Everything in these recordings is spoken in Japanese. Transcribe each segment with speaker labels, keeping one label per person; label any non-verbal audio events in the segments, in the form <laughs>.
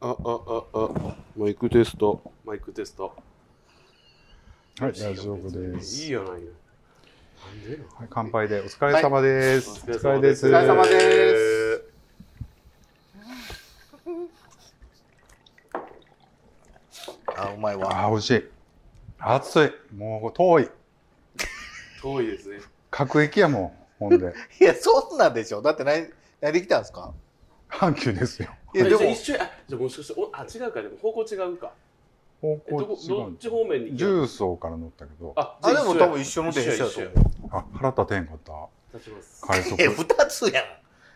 Speaker 1: あ、あ、あ、あ、マイクテスト。マイクテスト。
Speaker 2: はい、大丈夫です。
Speaker 1: いいやないよ。なんでな
Speaker 2: はい、乾杯でお疲れ様です。
Speaker 1: お疲れ様です。
Speaker 3: お疲れ様です
Speaker 1: す。
Speaker 3: あ、うまいわ。
Speaker 2: ああ、美味しい。暑い。もう遠い。
Speaker 1: 遠いですね。
Speaker 2: 各駅やもん。ほ
Speaker 1: <laughs>
Speaker 2: んで。
Speaker 3: いや、そんなんでしょ。だって何、何できたんですか
Speaker 2: 阪急ですよ。
Speaker 3: いや、で
Speaker 1: じゃあ
Speaker 3: も
Speaker 1: 一、緒や。あじゃあもしかして、おあ、違うか。でも方向違うか。
Speaker 2: 方
Speaker 1: えどこ
Speaker 2: 向違
Speaker 1: ど
Speaker 2: う
Speaker 1: っ。ち方面に行けば
Speaker 2: 重曹から乗ったけど、
Speaker 1: あ
Speaker 3: あ、
Speaker 1: じ
Speaker 3: で
Speaker 1: ゃ
Speaker 3: も多分一緒の電
Speaker 1: 一
Speaker 3: 車
Speaker 1: 緒
Speaker 3: や
Speaker 1: や。
Speaker 3: と
Speaker 1: 一緒
Speaker 3: 思
Speaker 1: や。
Speaker 2: あ、腹立てへんかった。
Speaker 1: 立ちます。
Speaker 2: 快
Speaker 3: う。え、
Speaker 2: 速。
Speaker 3: 二つやん。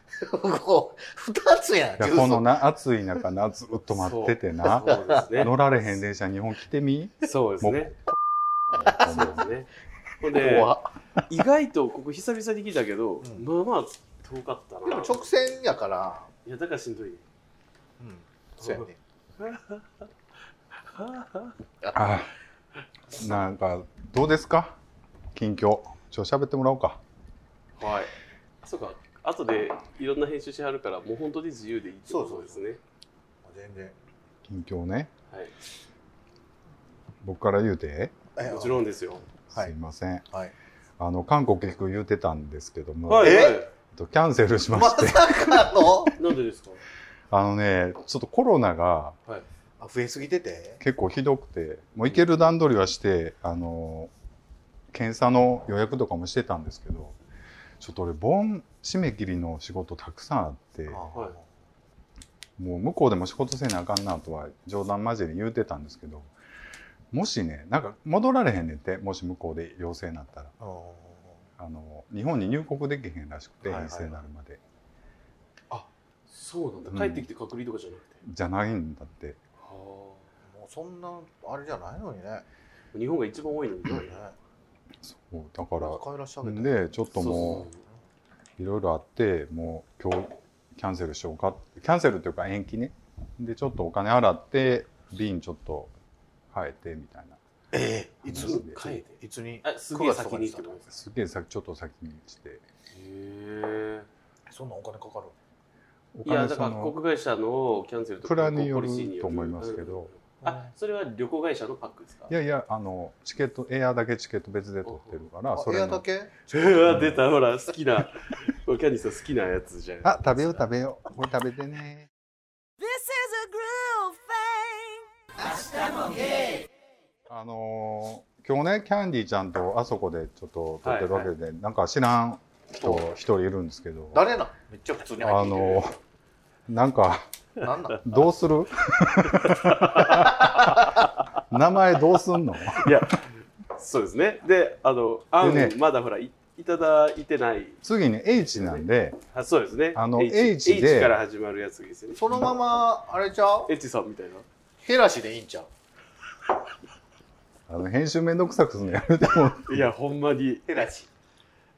Speaker 3: <laughs> ここ、二つやん。
Speaker 2: いや
Speaker 3: 重曹
Speaker 2: このな暑い中なずっと待っててな
Speaker 1: そうですね。
Speaker 2: 乗られへん電車日本来て
Speaker 1: <laughs>
Speaker 2: み
Speaker 1: そうですね。
Speaker 2: ほんま
Speaker 1: そうですね。ほんで、
Speaker 3: 怖っ
Speaker 1: 意外とここ久々に聞いたけど、
Speaker 3: うん
Speaker 1: まあまあ遠かったな。
Speaker 3: でも直線やから。
Speaker 1: いや、だからしんどい。
Speaker 3: うん。そうやね。
Speaker 2: あなんかどうですか近況ちょっと喋ってもらおうか
Speaker 1: はい。そうか。後でいろんな編集しはるから、もう本当に自由でいいってことですね。
Speaker 3: 全然。
Speaker 2: 近況ね
Speaker 1: はい。
Speaker 2: 僕から言うて
Speaker 3: え
Speaker 1: もちろんですよ。
Speaker 3: はい
Speaker 2: すいません
Speaker 3: はい。
Speaker 2: あの韓国行く言うてたんですけども、
Speaker 1: はい。
Speaker 3: え
Speaker 1: は
Speaker 2: えっとキャンセルしま
Speaker 3: ま
Speaker 2: し
Speaker 3: さ
Speaker 2: て、
Speaker 3: かの <laughs>
Speaker 1: い。なんでですか
Speaker 2: あのねちょっとコロナが
Speaker 3: あ増えすぎてて。
Speaker 2: 結構ひどくてもう行ける段取りはしてあの検査の予約とかもしてたんですけどちょっと俺盆締め切りの仕事たくさんあって
Speaker 1: はい
Speaker 2: もう向こうでも仕事せなあかんなとは冗談交じり言うてたんですけどもしねなんか戻られへんねんってもし向こうで陽性になったら
Speaker 3: あー
Speaker 2: あの日本に入国できへんらしくて
Speaker 3: はいはい
Speaker 2: 陰
Speaker 3: はい
Speaker 2: 性になるまで
Speaker 1: そうなんだ。
Speaker 2: うん
Speaker 1: 帰ってきて隔離とかじゃなくて。
Speaker 2: じゃないんだって
Speaker 1: は
Speaker 3: もうそんな、あれじゃないのにね。
Speaker 1: あ。日本が一番多いのにな。
Speaker 3: ね
Speaker 2: そうだから
Speaker 3: 使いらっしゃるね。
Speaker 2: でちょっとも
Speaker 1: そう
Speaker 2: いろいろあってもう今日キャンセルしようかキャンセルというか延期ねでちょっとお金払って瓶ちょっと変えてみたいな
Speaker 3: ええ、いうつ
Speaker 1: そううん帰って。
Speaker 3: いつに。
Speaker 1: あ、すげえ先にってことですか。
Speaker 2: すげえ先ちょっと先にして
Speaker 1: へえ。
Speaker 3: そんなお金かかる
Speaker 2: お
Speaker 1: いや、だ
Speaker 2: そ
Speaker 1: から
Speaker 2: の
Speaker 1: 航空会社のキャンセルとか
Speaker 2: プラン
Speaker 1: ポ
Speaker 2: による
Speaker 1: リシーによ
Speaker 2: と思いますけど。
Speaker 1: うんあ、それは旅行会社のパックですか
Speaker 2: いやいや、あの、チケット、エアだけチケット別で取ってるから、そ
Speaker 3: あ、エ
Speaker 2: れ
Speaker 3: アだ
Speaker 2: の。
Speaker 3: け
Speaker 1: うわ <laughs> 出たほら好きな <laughs> これキャニーさん好きなやつじゃない
Speaker 2: あ、食べよう食べよう。これ食べてね。
Speaker 4: This is a groove thing.
Speaker 2: あのー今日ね、キャンディーちゃんとあそこでちょっと撮ってるわけで、なんか知らん人一人いるんですけど、あ
Speaker 3: 誰なんめっちゃ普通に入ってきてる
Speaker 2: のーなんか、
Speaker 3: なんなん
Speaker 2: どうす
Speaker 3: <laughs>
Speaker 2: る名前どうすんの
Speaker 1: い
Speaker 2: <laughs>
Speaker 1: やそうですねであのあん、
Speaker 2: でね
Speaker 1: まだほらいいただいてない
Speaker 2: 次に H なんで、
Speaker 1: あそうですね
Speaker 2: あの H で
Speaker 1: H から始まるやつがいいですよね
Speaker 3: そのままあれちゃう
Speaker 1: H さんみたいな
Speaker 3: ヘラシでいいんちゃう
Speaker 2: あの編集めんどくさくするのやめてもらって
Speaker 1: いやほんまに
Speaker 3: ヘラシ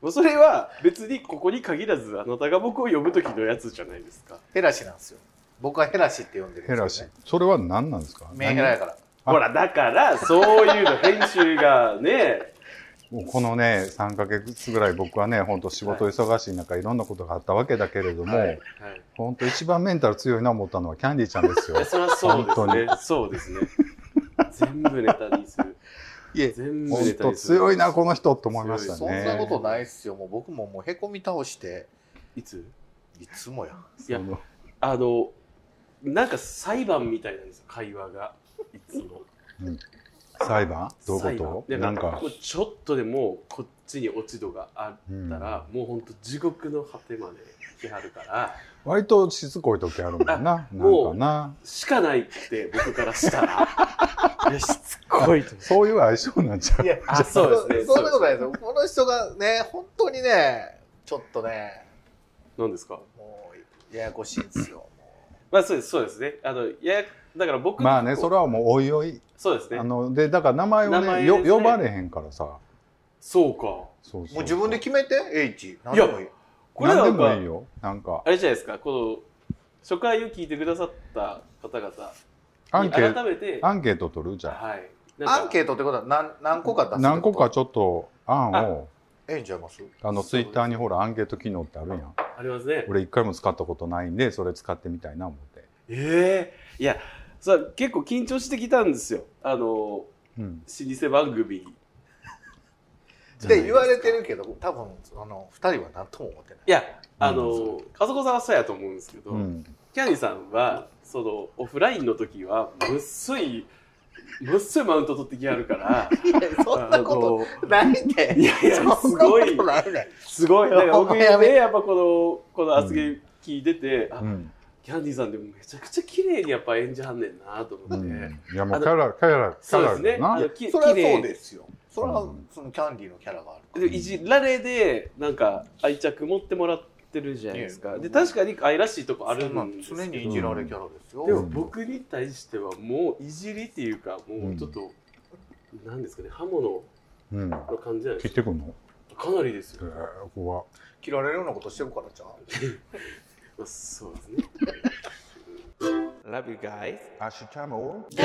Speaker 1: もうそれは別にここに限らずあなたが僕を呼ぶ時のやつじゃないですか
Speaker 3: ヘラシなんですよ僕はヘラシって呼んでるん
Speaker 2: ヘラ
Speaker 3: です
Speaker 2: シ
Speaker 3: よね。
Speaker 2: それは何なんですか
Speaker 3: メンヘラやから
Speaker 2: あ
Speaker 1: ほらだからそういうの編集がね
Speaker 2: もうこのね、3ヶ月ぐらい僕はね、本当仕事忙しい中、いろんなことがあったわけだけれども、
Speaker 1: はい、はい
Speaker 2: 本当一番メンタル強いな思ったのはキャンディーちゃんですよ
Speaker 1: いや、。それはそうです
Speaker 2: 本当
Speaker 1: ね。そうですね。全部ネタにする。
Speaker 3: いえ
Speaker 1: 全部
Speaker 2: 本
Speaker 1: ネタ
Speaker 2: 当
Speaker 1: にする。
Speaker 2: 強いな、この人と思いました
Speaker 3: そんな
Speaker 2: ね。
Speaker 3: ことないっすよもう僕ももうへこみ倒して
Speaker 1: いつ
Speaker 3: いつもや
Speaker 1: いや
Speaker 2: その
Speaker 1: あの、なんか裁判みたいなんですよ、会話が。いつも。
Speaker 2: 裁判どうい
Speaker 1: 裁
Speaker 2: う
Speaker 1: 判
Speaker 2: ことなんか
Speaker 1: こ、うちょっとでもこっちに落ち度があ
Speaker 2: う
Speaker 1: った
Speaker 2: ん、
Speaker 1: ら、もうほんと地獄の果てまで来はるから、
Speaker 2: 割としつこい時あ
Speaker 1: <laughs>
Speaker 2: るもんな。なんか
Speaker 1: もう
Speaker 2: な。
Speaker 1: しかないって僕からした
Speaker 2: <laughs>
Speaker 1: ら。いや、しつこいと。
Speaker 2: そういう相性なんちゃう。
Speaker 3: や
Speaker 1: あそうですね
Speaker 3: そんなことないですよこの人がね本当にねちょっとね
Speaker 1: 何ですか
Speaker 3: もうややこしいんですよも
Speaker 1: まあそうです、そうですね。あの、いや、だから <laughs> 僕
Speaker 2: まあね、それはもうおいおい。
Speaker 1: そうです
Speaker 2: あ
Speaker 1: ね。
Speaker 2: の、で、だから名前を
Speaker 1: 名前
Speaker 2: ね、
Speaker 1: です
Speaker 2: よ
Speaker 1: ね
Speaker 2: 呼ばれへんからさ。
Speaker 1: そうか。
Speaker 2: そうそう
Speaker 3: う
Speaker 2: そう
Speaker 3: もう自分で決めて H 何でもいい
Speaker 1: これな
Speaker 2: 何で
Speaker 1: んか
Speaker 2: もいいよ。なんか
Speaker 1: あ、れじゃないですか、この初回を聞いてくださった方々
Speaker 2: ア
Speaker 1: に
Speaker 2: ンケ
Speaker 1: 改
Speaker 2: ート、
Speaker 1: めて、
Speaker 2: アンケート取るじゃん。
Speaker 1: はい、
Speaker 3: アンケ
Speaker 1: ー
Speaker 3: ートってことは何何個か出すってこと
Speaker 2: 何個かちょっと案を
Speaker 3: ええんちゃいます
Speaker 2: あのツイッターにほらアンケート機能ってあるやん
Speaker 1: トありますね。
Speaker 2: 俺一回も使ったことないんでそれ使ってみたいな思って
Speaker 1: ええさあ結構緊張してきたんですよあの
Speaker 2: うん、
Speaker 1: 老舗番組に
Speaker 2: じゃない
Speaker 3: で言われてるけど多分あの2人は何とも思ってない
Speaker 1: いやあのあそこさんはそうやと思うんですけど、
Speaker 2: うん、
Speaker 1: キャニーさんはそのオフラインの時はむっそいむっそいマウント取ってきはるから <laughs>
Speaker 3: いや <laughs> そんなこ
Speaker 1: あ
Speaker 3: とないで、
Speaker 1: のいやいや
Speaker 3: そ
Speaker 1: す
Speaker 3: んなこ
Speaker 1: ごい
Speaker 3: とないね
Speaker 1: すごいだから僕ね
Speaker 3: やめ
Speaker 1: やっぱこのこの厚毛聞いてて、あ
Speaker 2: うん、
Speaker 1: キャンディーさんでもめちゃくちゃ綺麗にやっぱ演じはんねんなと思
Speaker 2: う
Speaker 1: って、
Speaker 2: ん、いやもうキャラキャラキ
Speaker 1: そ
Speaker 2: ャ
Speaker 1: う
Speaker 2: ラ
Speaker 1: ですね
Speaker 2: な
Speaker 1: あのき
Speaker 3: それはそう
Speaker 1: 綺麗
Speaker 3: ですよそれは
Speaker 2: うん
Speaker 3: そのキャンディーのキャラがあるから
Speaker 1: でいじられでなんか愛着持ってもらってるじゃないです
Speaker 3: い
Speaker 1: か
Speaker 3: や
Speaker 1: で確かに愛らしいとこある
Speaker 3: そんなん
Speaker 1: んですけど
Speaker 3: 常にいじられキャラですよ、
Speaker 1: でも僕に対してはもういじりっていうかもうちょっと、なんですかね刃物
Speaker 2: うん、
Speaker 1: の感じじゃない
Speaker 2: 切
Speaker 1: で
Speaker 2: っ
Speaker 1: す
Speaker 2: てくんの、
Speaker 1: かかなりです
Speaker 2: え
Speaker 1: よ、
Speaker 2: ー、ここは
Speaker 3: 切られるようなことしてるからじゃん
Speaker 1: まあそうですね Love you guys
Speaker 2: アシュキャモだ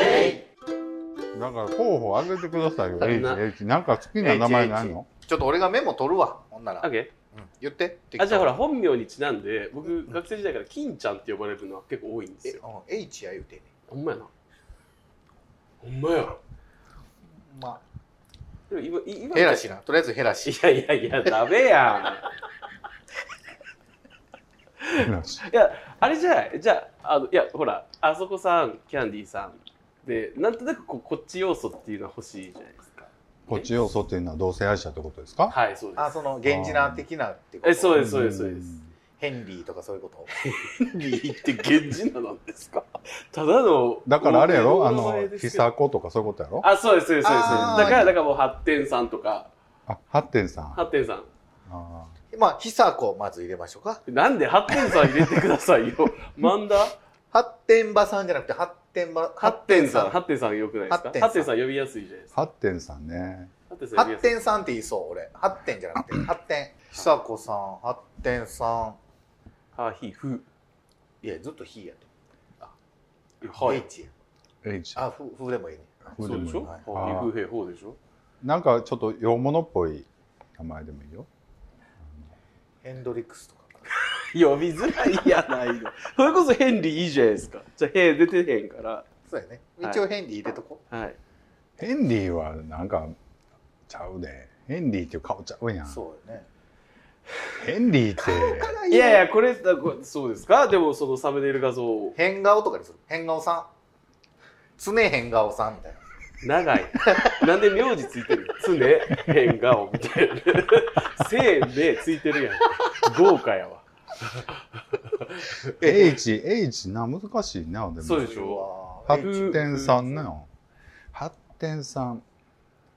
Speaker 2: から候補あげてくださいよ H H なんか好きな名前ないの
Speaker 3: ちょっと俺がメモ取るわほんなら、
Speaker 1: OK
Speaker 3: うん言って
Speaker 1: あじゃあほら本名にちなんで僕学生時代から金ちゃんって呼ばれるのは結構多いんです
Speaker 3: え
Speaker 1: よ
Speaker 3: うん H や言うてね
Speaker 1: ほんまやなほんまや
Speaker 3: ま
Speaker 1: でも今い今
Speaker 3: ヘラシなとりあえずヘラシ
Speaker 1: いやいやいやダメやんいやあれじゃないじゃああのいやほらあそこさんキャンディーさんでなんとなくこうこっち要素っていうのは欲しいじゃないですか
Speaker 2: こっち要素っていうのは同性愛者ってことですか、
Speaker 1: はいそうです
Speaker 3: あその源氏な的なってこと
Speaker 1: えそう
Speaker 2: い
Speaker 1: ですそうですそうです
Speaker 3: ヘンリーとかそうい
Speaker 1: <laughs>
Speaker 3: うこと
Speaker 1: リーって源氏名なんですか <laughs> ただの
Speaker 2: だからあれやろあ
Speaker 1: お名前
Speaker 2: の
Speaker 1: ですけど
Speaker 2: 久子とかそういうことやろ
Speaker 1: あそうですそうですそうですだ
Speaker 3: あー
Speaker 1: からだからもう発展さんとか
Speaker 2: あハッテンさんあ
Speaker 1: 発展さん
Speaker 2: あ
Speaker 3: まあ久子をまず入れましょうか
Speaker 1: なんで発展さん入れてくださいよ。 <laughs> 漫画
Speaker 3: 発展場さんじゃなくて発展場
Speaker 1: 発展さん、発展さんよくないですか
Speaker 3: 発展さん
Speaker 1: 発展さん呼びやすいじゃないですか。
Speaker 2: ハッテンさんね
Speaker 1: 発展さん呼びや
Speaker 3: 発
Speaker 1: すい。
Speaker 3: 展さんって言いそう俺発展じゃなくて発展久子さん発展さ
Speaker 1: はひふ。
Speaker 3: んいやずっと「ひ」やと、
Speaker 1: はい。
Speaker 3: H や
Speaker 2: H
Speaker 3: あふふでもいいね
Speaker 2: フー
Speaker 1: そう
Speaker 2: もい
Speaker 1: で
Speaker 2: い
Speaker 1: しょ
Speaker 2: な
Speaker 1: はひふへほうでしょ
Speaker 2: なんかちょっと洋物っぽい名前でもいいよ
Speaker 3: ヘンドリックスとか
Speaker 1: 呼びづらいやないの。それこそヘンリーいいじゃないですか。じゃあ、へ出てへんから。
Speaker 3: そうやね
Speaker 1: はい
Speaker 3: 一応ヘンリー入れとこ
Speaker 1: はい。
Speaker 2: ヘンリーはなんかちゃうでヘンリーっていう顔ちゃうや
Speaker 3: う、
Speaker 2: ん
Speaker 3: そうやね
Speaker 2: ヘンリー
Speaker 3: <laughs>
Speaker 2: って
Speaker 1: いやいや、これ、だこそうですかでも、そのサムネイル画像、
Speaker 3: 変顔とかにする変顔さん常変顔さんみたいな
Speaker 1: 長い。 <laughs> なんで名字ついてる常、変顔みたいな。 <laughs> せいでついてるやん。豪華やわ。
Speaker 2: H H な難しいなでも
Speaker 1: そうでしょ
Speaker 3: ょ
Speaker 2: ハッテンさんなのハッテンさん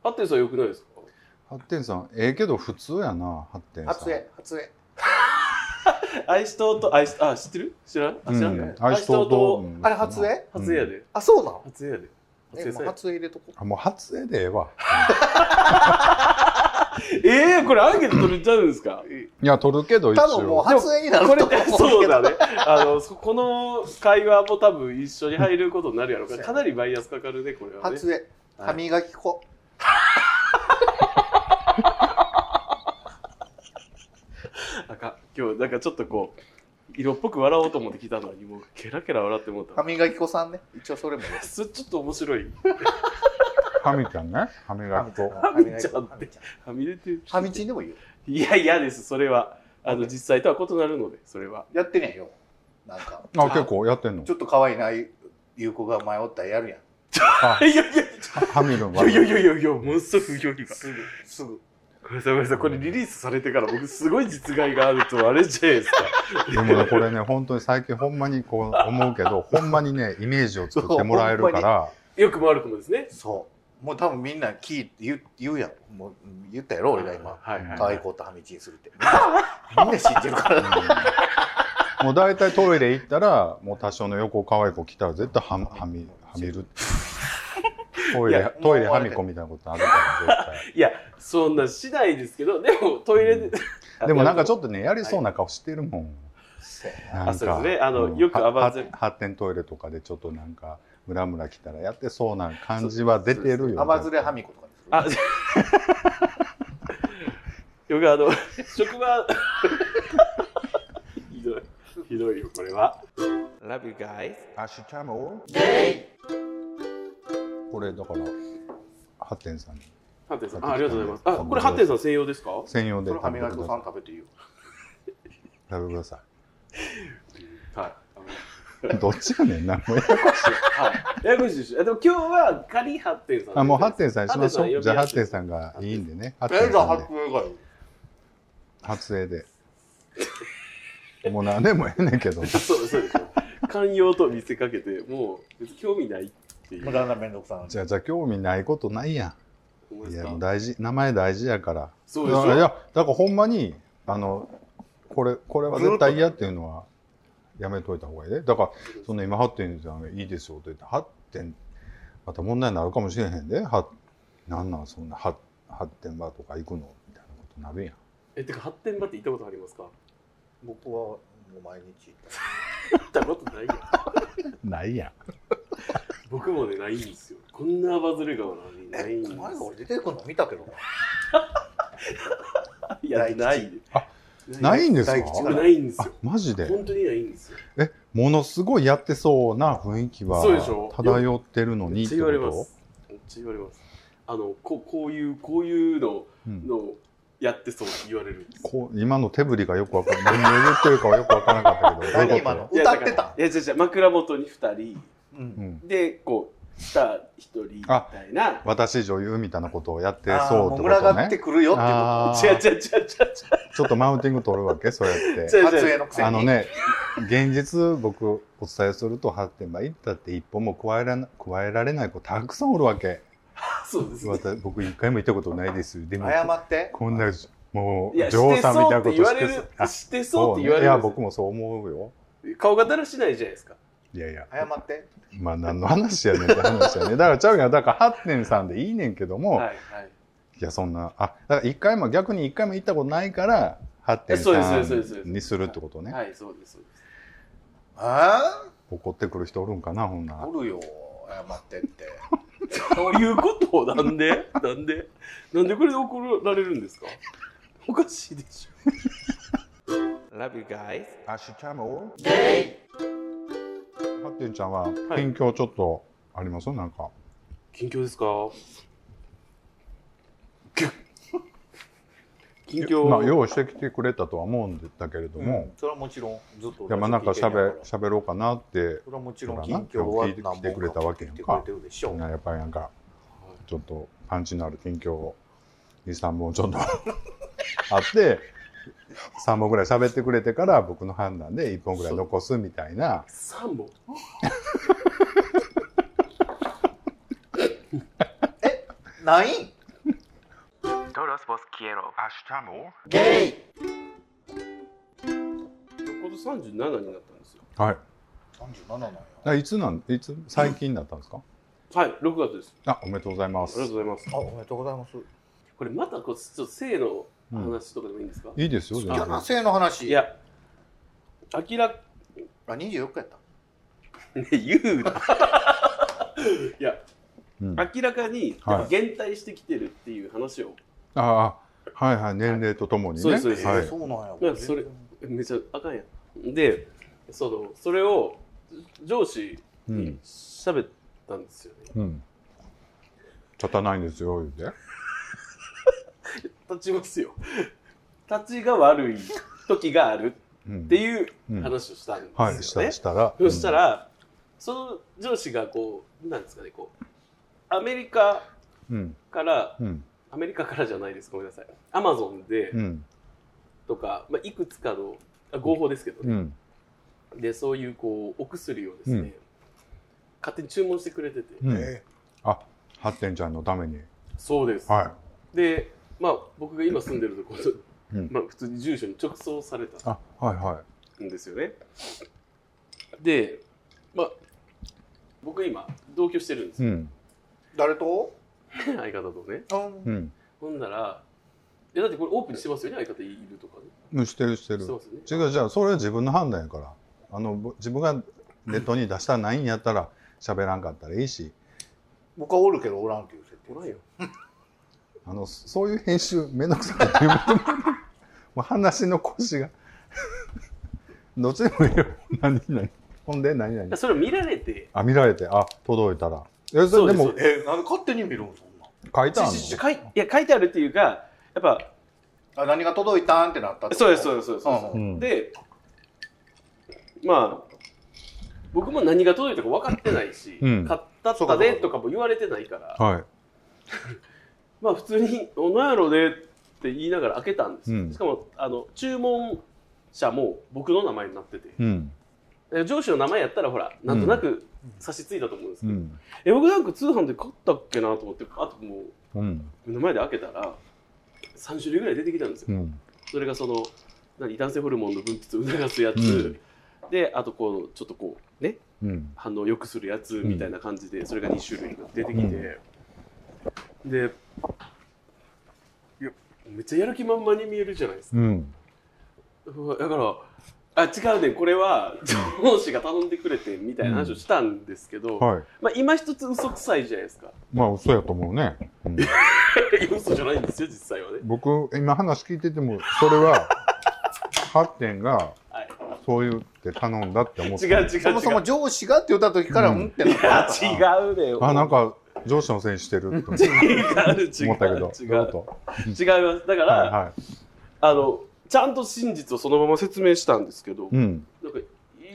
Speaker 1: 発展さんよくないですか
Speaker 2: ハッテンさんええけど普通やなハッテンさん
Speaker 3: 初絵初絵
Speaker 1: 愛しとうと愛しあ知ってる知らんあ知らんかい、
Speaker 2: うん、愛しとうとうん
Speaker 3: あれ初絵
Speaker 1: 初絵やで、
Speaker 3: あそうなの
Speaker 1: 初絵やで初
Speaker 3: え
Speaker 1: 絵
Speaker 3: も
Speaker 1: さ
Speaker 3: うん
Speaker 1: や
Speaker 3: 初絵入れとこ
Speaker 2: あもう初絵でええわ
Speaker 1: えー、これアンケート取れちゃうんですか
Speaker 2: いや取るけど一
Speaker 3: 多分もう
Speaker 2: 応
Speaker 3: 初絵になる
Speaker 1: ことれ
Speaker 3: 思
Speaker 1: って
Speaker 3: うけど
Speaker 1: <laughs> そうだねあのそこの会話も多分一緒に入ることになるやろうからかなりバイアスかかるねこれはね
Speaker 3: 初絵
Speaker 1: はい
Speaker 3: 歯磨き粉
Speaker 1: なんか今日なんかちょっとこう色っぽく笑おうと思って来たのにもうケラケラ笑ってもうた
Speaker 3: 歯磨き粉さんね一応それも入れとこ
Speaker 1: それちょっと面白い
Speaker 2: ハミちゃんね歯磨き粉
Speaker 3: う
Speaker 1: みちゃん
Speaker 3: 歯磨き粉
Speaker 1: ってはみ出てる
Speaker 3: ハミチンでもいいよ。
Speaker 1: いや嫌ですそれはあの実際とは異なるのでそれは
Speaker 3: やってねえよ。なんか、
Speaker 2: あ結構やってんの
Speaker 3: ちょっと可愛いな、いう子が迷ったらやる
Speaker 1: い
Speaker 3: やん。
Speaker 1: やいやいや
Speaker 2: ハミるん
Speaker 1: い
Speaker 2: は
Speaker 1: やいやいやいやいや、ものすごく不評価。
Speaker 3: すぐ、すぐ。
Speaker 1: ごめんなさい、ごめんなさい。これリリースされてから僕すごい実害があるとあれじゃないですか。
Speaker 2: でもねこれね本当に最近ほんまにこう思うけ
Speaker 1: <laughs>
Speaker 2: どほんまにねイメージを作ってもらえるから
Speaker 1: <laughs> よくも悪くもですね。
Speaker 3: そう。もう多分みんな聞いて言う言うやん。もう言ったやろ、俺が今。
Speaker 1: はいはいはい。
Speaker 3: 可愛い子とハミチンするって。みんな信じ
Speaker 2: <laughs>
Speaker 3: るから。
Speaker 2: もう大体トイレ行ったらもう多少の横可愛い子来たら絶対ははみはみるトイ
Speaker 1: いや
Speaker 2: レトイレはみ子みたいなことあるから絶
Speaker 1: いや、そんなしないですけど、でもトイレで。
Speaker 2: 対でもなんかち
Speaker 1: ょっ
Speaker 2: ょっとねやりそうな顔してるもん、なんか
Speaker 1: あそうですねあの
Speaker 2: うん
Speaker 1: よく
Speaker 2: は
Speaker 1: アバズ
Speaker 2: は発展トイレとかでちょっとなんかムラムラ来たらやってそうな感じは出てるよ
Speaker 3: アバズレハミコとかにする。
Speaker 1: あ、よくあの、職場、ひどい。ひどいよ、これは。 Love you guys.
Speaker 5: 明日も
Speaker 2: これだからハッテンさんに
Speaker 1: ハッテンさん。あありがとうございます。あ、これハッテンさん専用ですか
Speaker 2: 専用で
Speaker 3: それ歯
Speaker 2: 食べて
Speaker 3: 磨き
Speaker 2: くだ
Speaker 3: 粉さ
Speaker 2: さ
Speaker 3: ん食べていいよ
Speaker 2: い食べてくださ
Speaker 1: はい。
Speaker 2: い <laughs> どっちやねんなもう
Speaker 1: はい。ややこしいでしょ。でも今日は仮ハッテンさん。
Speaker 2: あもうハッテンさんにしましょうじゃあハッテン
Speaker 1: ん。
Speaker 2: さんがいいんでねハッテ
Speaker 3: え
Speaker 2: ン
Speaker 3: じゃあ
Speaker 2: さんで
Speaker 3: 発明がいい
Speaker 2: 発声でもう何でもええねんけ
Speaker 1: そう
Speaker 2: ど
Speaker 1: ですそうですよ。寛容と見せかけて、もう別に興味ないっていう。
Speaker 3: 無駄な面倒くさなんで
Speaker 2: じゃあじゃあ興味ないことないや
Speaker 1: 思いま
Speaker 2: んい
Speaker 1: す
Speaker 2: や
Speaker 1: か
Speaker 2: もう大事名前大事やから
Speaker 1: そうでしょ
Speaker 2: だからいやだからほんまにあのこれこれは絶対嫌っていうのはやめといた方がいいねだからその今発展さんがいいですよと言って発展また問題になるかもしれへんではなんなんそんな発発展場とか行くのみたいなことなるやん
Speaker 1: え、てか発展場って行ったことありますか
Speaker 3: 僕はもう毎日行った
Speaker 1: 行ったことないよ。
Speaker 2: ないやん
Speaker 1: 僕もね、ないんですよ。こんなバズる顔なのにないんです
Speaker 3: この間
Speaker 1: よ
Speaker 3: 俺。出てくるの見たけど
Speaker 1: いや、ない。
Speaker 2: あないんですか
Speaker 3: 大吉
Speaker 1: 僕
Speaker 3: が
Speaker 1: ないんです
Speaker 2: あ
Speaker 1: よ。
Speaker 2: マジで
Speaker 1: 本当にないんですよ。
Speaker 2: ものすごいやってそうな雰囲気は
Speaker 1: そうでしょ
Speaker 2: 漂ってるの
Speaker 1: め
Speaker 2: に
Speaker 1: っ
Speaker 2: っ
Speaker 1: ちゃ
Speaker 2: て
Speaker 1: 言
Speaker 2: こ
Speaker 1: われま
Speaker 2: と
Speaker 1: す。めっちゃ言われます。あの、こうこういう、こういうの
Speaker 2: うん
Speaker 1: のやってそうって言われるんです。
Speaker 2: こう今の手振りがよくわかんない何を言ってるかはよくわからなかったけどどういうこと
Speaker 3: <laughs> 何今の
Speaker 1: いや
Speaker 3: 歌ってた
Speaker 1: だからいや、違う違う、枕元に2人、
Speaker 3: うん
Speaker 2: うん、
Speaker 1: で、こう、下1人みたいな。
Speaker 2: 私女優みたいなことをやって
Speaker 3: あー
Speaker 2: そう
Speaker 3: も
Speaker 2: って
Speaker 3: う
Speaker 2: こ
Speaker 3: 群
Speaker 2: と
Speaker 3: がって
Speaker 2: ね
Speaker 3: くるよっていうこ
Speaker 2: あー
Speaker 1: 違う違う違う違う
Speaker 2: ちょっとマウンティング取るわけそうやって
Speaker 1: 違う違う
Speaker 3: と発明のくせに
Speaker 2: あのね、現実、僕、お伝えすると、発展場行ったって一歩も加えらな加えられない子、たくさんおる
Speaker 1: <laughs>
Speaker 2: わけ。
Speaker 1: そうですね。
Speaker 2: 私僕、一回も行ったことないです。でも、
Speaker 3: 謝って
Speaker 2: こんな、も
Speaker 1: いや、
Speaker 2: う、
Speaker 1: し
Speaker 2: 女王
Speaker 1: て
Speaker 2: さんみ
Speaker 1: そ
Speaker 2: た
Speaker 1: う
Speaker 2: い
Speaker 1: っ
Speaker 2: なこ
Speaker 1: て
Speaker 2: と
Speaker 1: 言わ
Speaker 2: し
Speaker 1: れ
Speaker 2: て
Speaker 1: る
Speaker 2: あ、
Speaker 1: してそうって言われ
Speaker 2: ね
Speaker 1: る。
Speaker 2: いや、僕もそう思うよ。
Speaker 1: 顔がだらしないじゃないですか。
Speaker 2: いやいや、
Speaker 3: 謝って
Speaker 2: まあ、何の話やねんって
Speaker 1: <laughs>
Speaker 2: 話やね。だから、ちゃうやん。だから、発展さんでいいねんけども、
Speaker 1: はいはい。
Speaker 2: いや、そんな、あ、だから一回も、逆に一回も行ったことないから、発展さ
Speaker 1: そうですそうですそうです
Speaker 2: んにするってことね。
Speaker 1: はい、そうです。そうです
Speaker 3: あ
Speaker 2: 怒ってくる人おるんかな、ほんな
Speaker 3: あ
Speaker 2: ら。
Speaker 3: おるよ謝ってって
Speaker 1: どういうことなんでなんでなんでこれで怒られるんですかおかしいでしょ。Love you guys.
Speaker 5: 明日も
Speaker 2: ハッテンちゃんは近況ちょっとあります、なんか
Speaker 1: 近況ですか近況。
Speaker 2: まあ用意してきてくれたとは思うんだけれども、
Speaker 3: それはもちろんずっと
Speaker 2: いやまあなんかしゃべしゃべろうかなって
Speaker 3: それはもちろ
Speaker 2: ほ
Speaker 3: ん
Speaker 2: ら
Speaker 3: 近
Speaker 2: な
Speaker 3: 況は
Speaker 2: 今日聞いてくれたわけやん
Speaker 3: 聞いて
Speaker 2: か
Speaker 3: くれてるでしょう
Speaker 2: やっぱりなんかちょっとパンチのある近況を23本ちょっと <laughs> あって3本ぐらい喋ってくれてから僕の判断で1本ぐらい残すみたいな
Speaker 1: 3本。
Speaker 5: 明日
Speaker 3: ない
Speaker 5: も
Speaker 1: 今年37になったんですよ。
Speaker 2: はい
Speaker 3: 37なんや
Speaker 2: あいつなんいつ最近だったんですか、
Speaker 1: はい、6月です。
Speaker 2: あおめでとうございま
Speaker 1: あ
Speaker 2: す
Speaker 1: りがとうございます。
Speaker 3: あおめでとうございます
Speaker 1: これまたこうちょっと性の話とかでもいいんですか、
Speaker 2: いいですよ
Speaker 3: 好き
Speaker 2: 全
Speaker 3: や
Speaker 2: 然
Speaker 3: な性の話
Speaker 1: いや、明らか
Speaker 3: あ24日やった
Speaker 1: ね言う
Speaker 2: <laughs>
Speaker 1: な。いや、
Speaker 2: うんあ
Speaker 1: 明らかに
Speaker 2: はい
Speaker 1: やっぱ減退してきてるっていう話を、
Speaker 2: あはいはい年齢とともにね
Speaker 1: そうですそうです
Speaker 2: はい
Speaker 3: えーそうなんや
Speaker 1: いやそれめっちゃあかんやん。で、そのそれを上司
Speaker 2: う
Speaker 1: に
Speaker 2: ん
Speaker 1: 喋ったんですよね。
Speaker 2: うん。立たないんですよ、言うて。
Speaker 1: 立ちますよ。 <laughs> 立ちが悪い時がある
Speaker 2: うん
Speaker 1: っていう
Speaker 2: うん
Speaker 1: 話をしたんですよね。
Speaker 2: はい、したしたら。
Speaker 1: そしたら、その上司がこう、なんですかね、こう、アメリカ
Speaker 2: うん、
Speaker 1: から、
Speaker 2: うん、
Speaker 1: アメリカからじゃないです、ごめんなさい。アマゾンで
Speaker 2: うん、うん、
Speaker 1: とか、まあ、いくつかの、あ合法ですけど
Speaker 2: う
Speaker 1: ね、
Speaker 2: ん。
Speaker 1: で、そういうこう、お薬をですね、
Speaker 2: うん
Speaker 1: 勝手に注文してくれてて、
Speaker 2: うん
Speaker 3: え
Speaker 2: あ、ハッテンちゃんのために。
Speaker 1: そうです。
Speaker 2: は
Speaker 1: で、まあ、僕が今住んでるところ、
Speaker 2: うん
Speaker 1: まあ、普通に住所に直送された
Speaker 2: い。あ、はい、は
Speaker 1: んですよね。で、まあ、僕今、同居してるんです
Speaker 2: い。う
Speaker 1: よ、
Speaker 2: ん、
Speaker 3: 誰と
Speaker 1: 相方とね。
Speaker 3: うん
Speaker 2: うん。
Speaker 1: ほんなら、えだってこれオープンにしてますよね、相方いるとかね。
Speaker 2: うんしてる、して
Speaker 1: して
Speaker 2: る
Speaker 1: ま。すよね。
Speaker 2: 違う、じゃあ、それは自分の判断やから。あの、ぼ自分がネットに出したらないんやったら、喋らんかったらいいし。
Speaker 3: 僕はおるけどおらんっていう設定
Speaker 1: おらんよ。
Speaker 2: あの、そういう編集、めんどくさ <laughs> い。 <laughs> もう話の腰が。どっちでもいいよ。何、何。ほんで何々
Speaker 1: それを見られて
Speaker 2: あ見られてあ届いたらえそ
Speaker 1: そう
Speaker 2: れ
Speaker 1: で
Speaker 2: ですも
Speaker 3: えなんで勝手に見るんそんな
Speaker 2: 書いてあん
Speaker 1: ちち
Speaker 2: の
Speaker 1: 書いいや書いてあるっていうかやっぱ
Speaker 3: あ何が届いたんってなったってこと
Speaker 1: そうですそうですそうです、
Speaker 3: うん
Speaker 2: うん
Speaker 1: でまあ僕も何が届いたか分かってないし、
Speaker 2: うん
Speaker 1: 買ったったでとかも言われてないから
Speaker 2: は
Speaker 1: まあ普通に「おなんやろね」って言いながら開けたんですよ、
Speaker 2: うん
Speaker 1: しかもあの注文者も僕の名前になってて
Speaker 2: いうん
Speaker 1: え上司の名前やったらほらなんとなく差し付いたと思うんですけ
Speaker 2: う
Speaker 1: ど、
Speaker 2: ん
Speaker 1: え僕なんか通販で買ったっけなと思ってあともう
Speaker 2: うん
Speaker 1: 目の前で開けたら3種類ぐらい出てきたんですよ、
Speaker 2: うん
Speaker 1: それがその何男性ホルモンの分泌を促すやつ、
Speaker 2: うん
Speaker 1: であとこうちょっとこうね
Speaker 2: うん
Speaker 1: 反応を良くするやつみたいな感じで、それが2種類出てきて、でいやめっちゃやる気満々に見えるじゃないですか、
Speaker 2: うん
Speaker 1: うわだからあ違うねこれは上司が頼んでくれてみたいな話をしたんですけど、
Speaker 2: はい
Speaker 1: まあ、今一つ嘘くさいじゃないですか
Speaker 2: まあ嘘やと思うね、うん
Speaker 1: いや嘘じゃないんですよ実際はね
Speaker 2: 僕今話聞いててもそれは <laughs> 発展が
Speaker 1: はい
Speaker 2: そういうって頼んだって思って
Speaker 1: 違う違う違う
Speaker 3: そもそも上司がって言った時から
Speaker 2: う
Speaker 3: うんんってなっ
Speaker 1: いや
Speaker 3: た
Speaker 1: 違うね
Speaker 2: あなんか上司のせいにしてるって思っ
Speaker 1: 違う違う
Speaker 2: 思ったけど
Speaker 1: 違
Speaker 2: ど
Speaker 1: う
Speaker 2: うと
Speaker 1: 違いますだから、
Speaker 2: はいはい
Speaker 1: あのちゃんと真実をそのまま説明したんですけど、
Speaker 2: うん
Speaker 1: なんか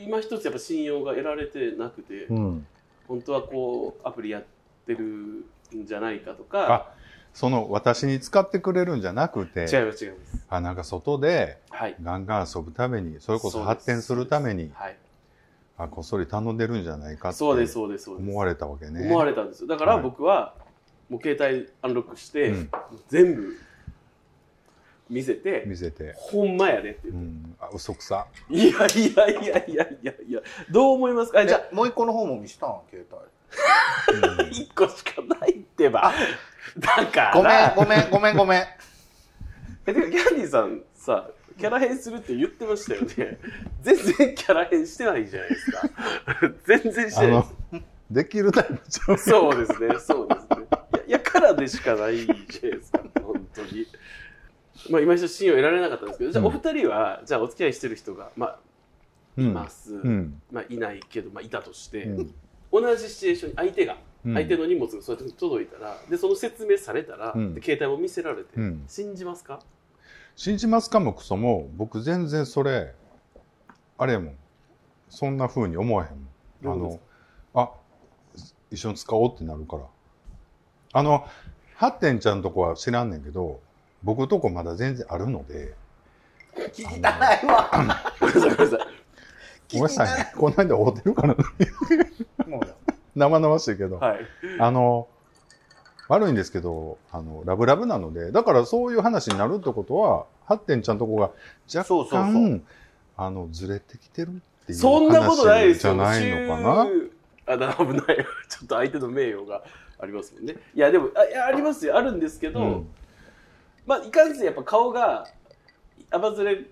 Speaker 1: 今一つやっぱ信用が得られてなくて、
Speaker 2: うん
Speaker 1: 本当はこうアプリやってるんじゃないかとか
Speaker 2: その私に使ってくれるんじゃなくて
Speaker 1: 違います違います
Speaker 2: あなんか外で
Speaker 1: はい
Speaker 2: ガンガン遊ぶためにそれ
Speaker 1: そ
Speaker 2: こ
Speaker 1: う
Speaker 2: そ
Speaker 1: です
Speaker 2: 発展するために
Speaker 1: はい
Speaker 2: あこっそり頼んでるんじゃないかって
Speaker 1: そうですそうですそうです
Speaker 2: 思われたわけね
Speaker 1: 思われたんですよだから
Speaker 2: はい
Speaker 1: 僕はもう携帯アンロックして、
Speaker 2: うん
Speaker 1: 全部見せて
Speaker 2: 見せて、
Speaker 1: ほんまやでって
Speaker 2: う
Speaker 1: 言って、
Speaker 2: ん、あ嘘くさ
Speaker 1: いやいやいやいやいやいやどう思いますかあ
Speaker 3: えじ
Speaker 1: じゃ
Speaker 3: ゃあもう一個の方も見せたん携帯
Speaker 1: あ1個しかないってばだから
Speaker 3: ごめんごめんごめんごめん
Speaker 1: えてかギャンディさんさキャラ変するって言ってましたよね全然キャラ変してないじゃないですか <laughs> 全然してな
Speaker 2: あ
Speaker 1: いで <laughs>
Speaker 2: の
Speaker 1: す
Speaker 2: できるタイプちゃう
Speaker 1: そうですね、そうですね。いや、いやからでしかないじゃないですか、本当に。まあ、今一度信用得られなかったんですけど、じゃあ、
Speaker 2: うん
Speaker 1: お二人は、じゃあ、お付き合いしてる人が、まあ、
Speaker 2: う
Speaker 1: い
Speaker 2: ん
Speaker 1: ます。
Speaker 2: うん
Speaker 1: まあ、いないけど、まあ、いたとして、
Speaker 2: うん
Speaker 1: 同じシチュエーションに相手が、
Speaker 2: うん
Speaker 1: 相手の荷物がそうやって届いたら、で、その説明されたら、
Speaker 2: うん
Speaker 1: で携帯も見せられて、
Speaker 2: うん
Speaker 1: 信じます
Speaker 2: <laughs>
Speaker 1: か
Speaker 2: 信じますかもクソも僕全然それあれやもんそんな風に思わへんもんあ
Speaker 1: どういう
Speaker 2: のあ一緒に使おうってなるからあのハッテンちゃんとこは知らんねんけど僕とこまだ全然あるので
Speaker 3: <laughs> 聞きたないわ
Speaker 1: ごめんなさい、ごめんなさ
Speaker 2: ごめんなさいねこんなんで会うてるからな
Speaker 3: もうだ
Speaker 2: 生々しいけど、
Speaker 1: い。はい。
Speaker 2: あの悪いんですけどあのラブラブなのでだからそういう話になるってことはハッテンちゃんとこが若干
Speaker 3: そうそうそう
Speaker 2: あのずれてきてるっていう
Speaker 1: そんなことないで
Speaker 2: 話
Speaker 1: す
Speaker 2: じ
Speaker 1: よ。
Speaker 2: ゃないのかな
Speaker 1: 週あ、だ <laughs> 危ない。ちょっと相手の名誉がありますもんね。いや、でも、あいやありますよ。あるんですけど、
Speaker 2: うん
Speaker 1: まあ、いかんせんやっぱ顔が、あばずれ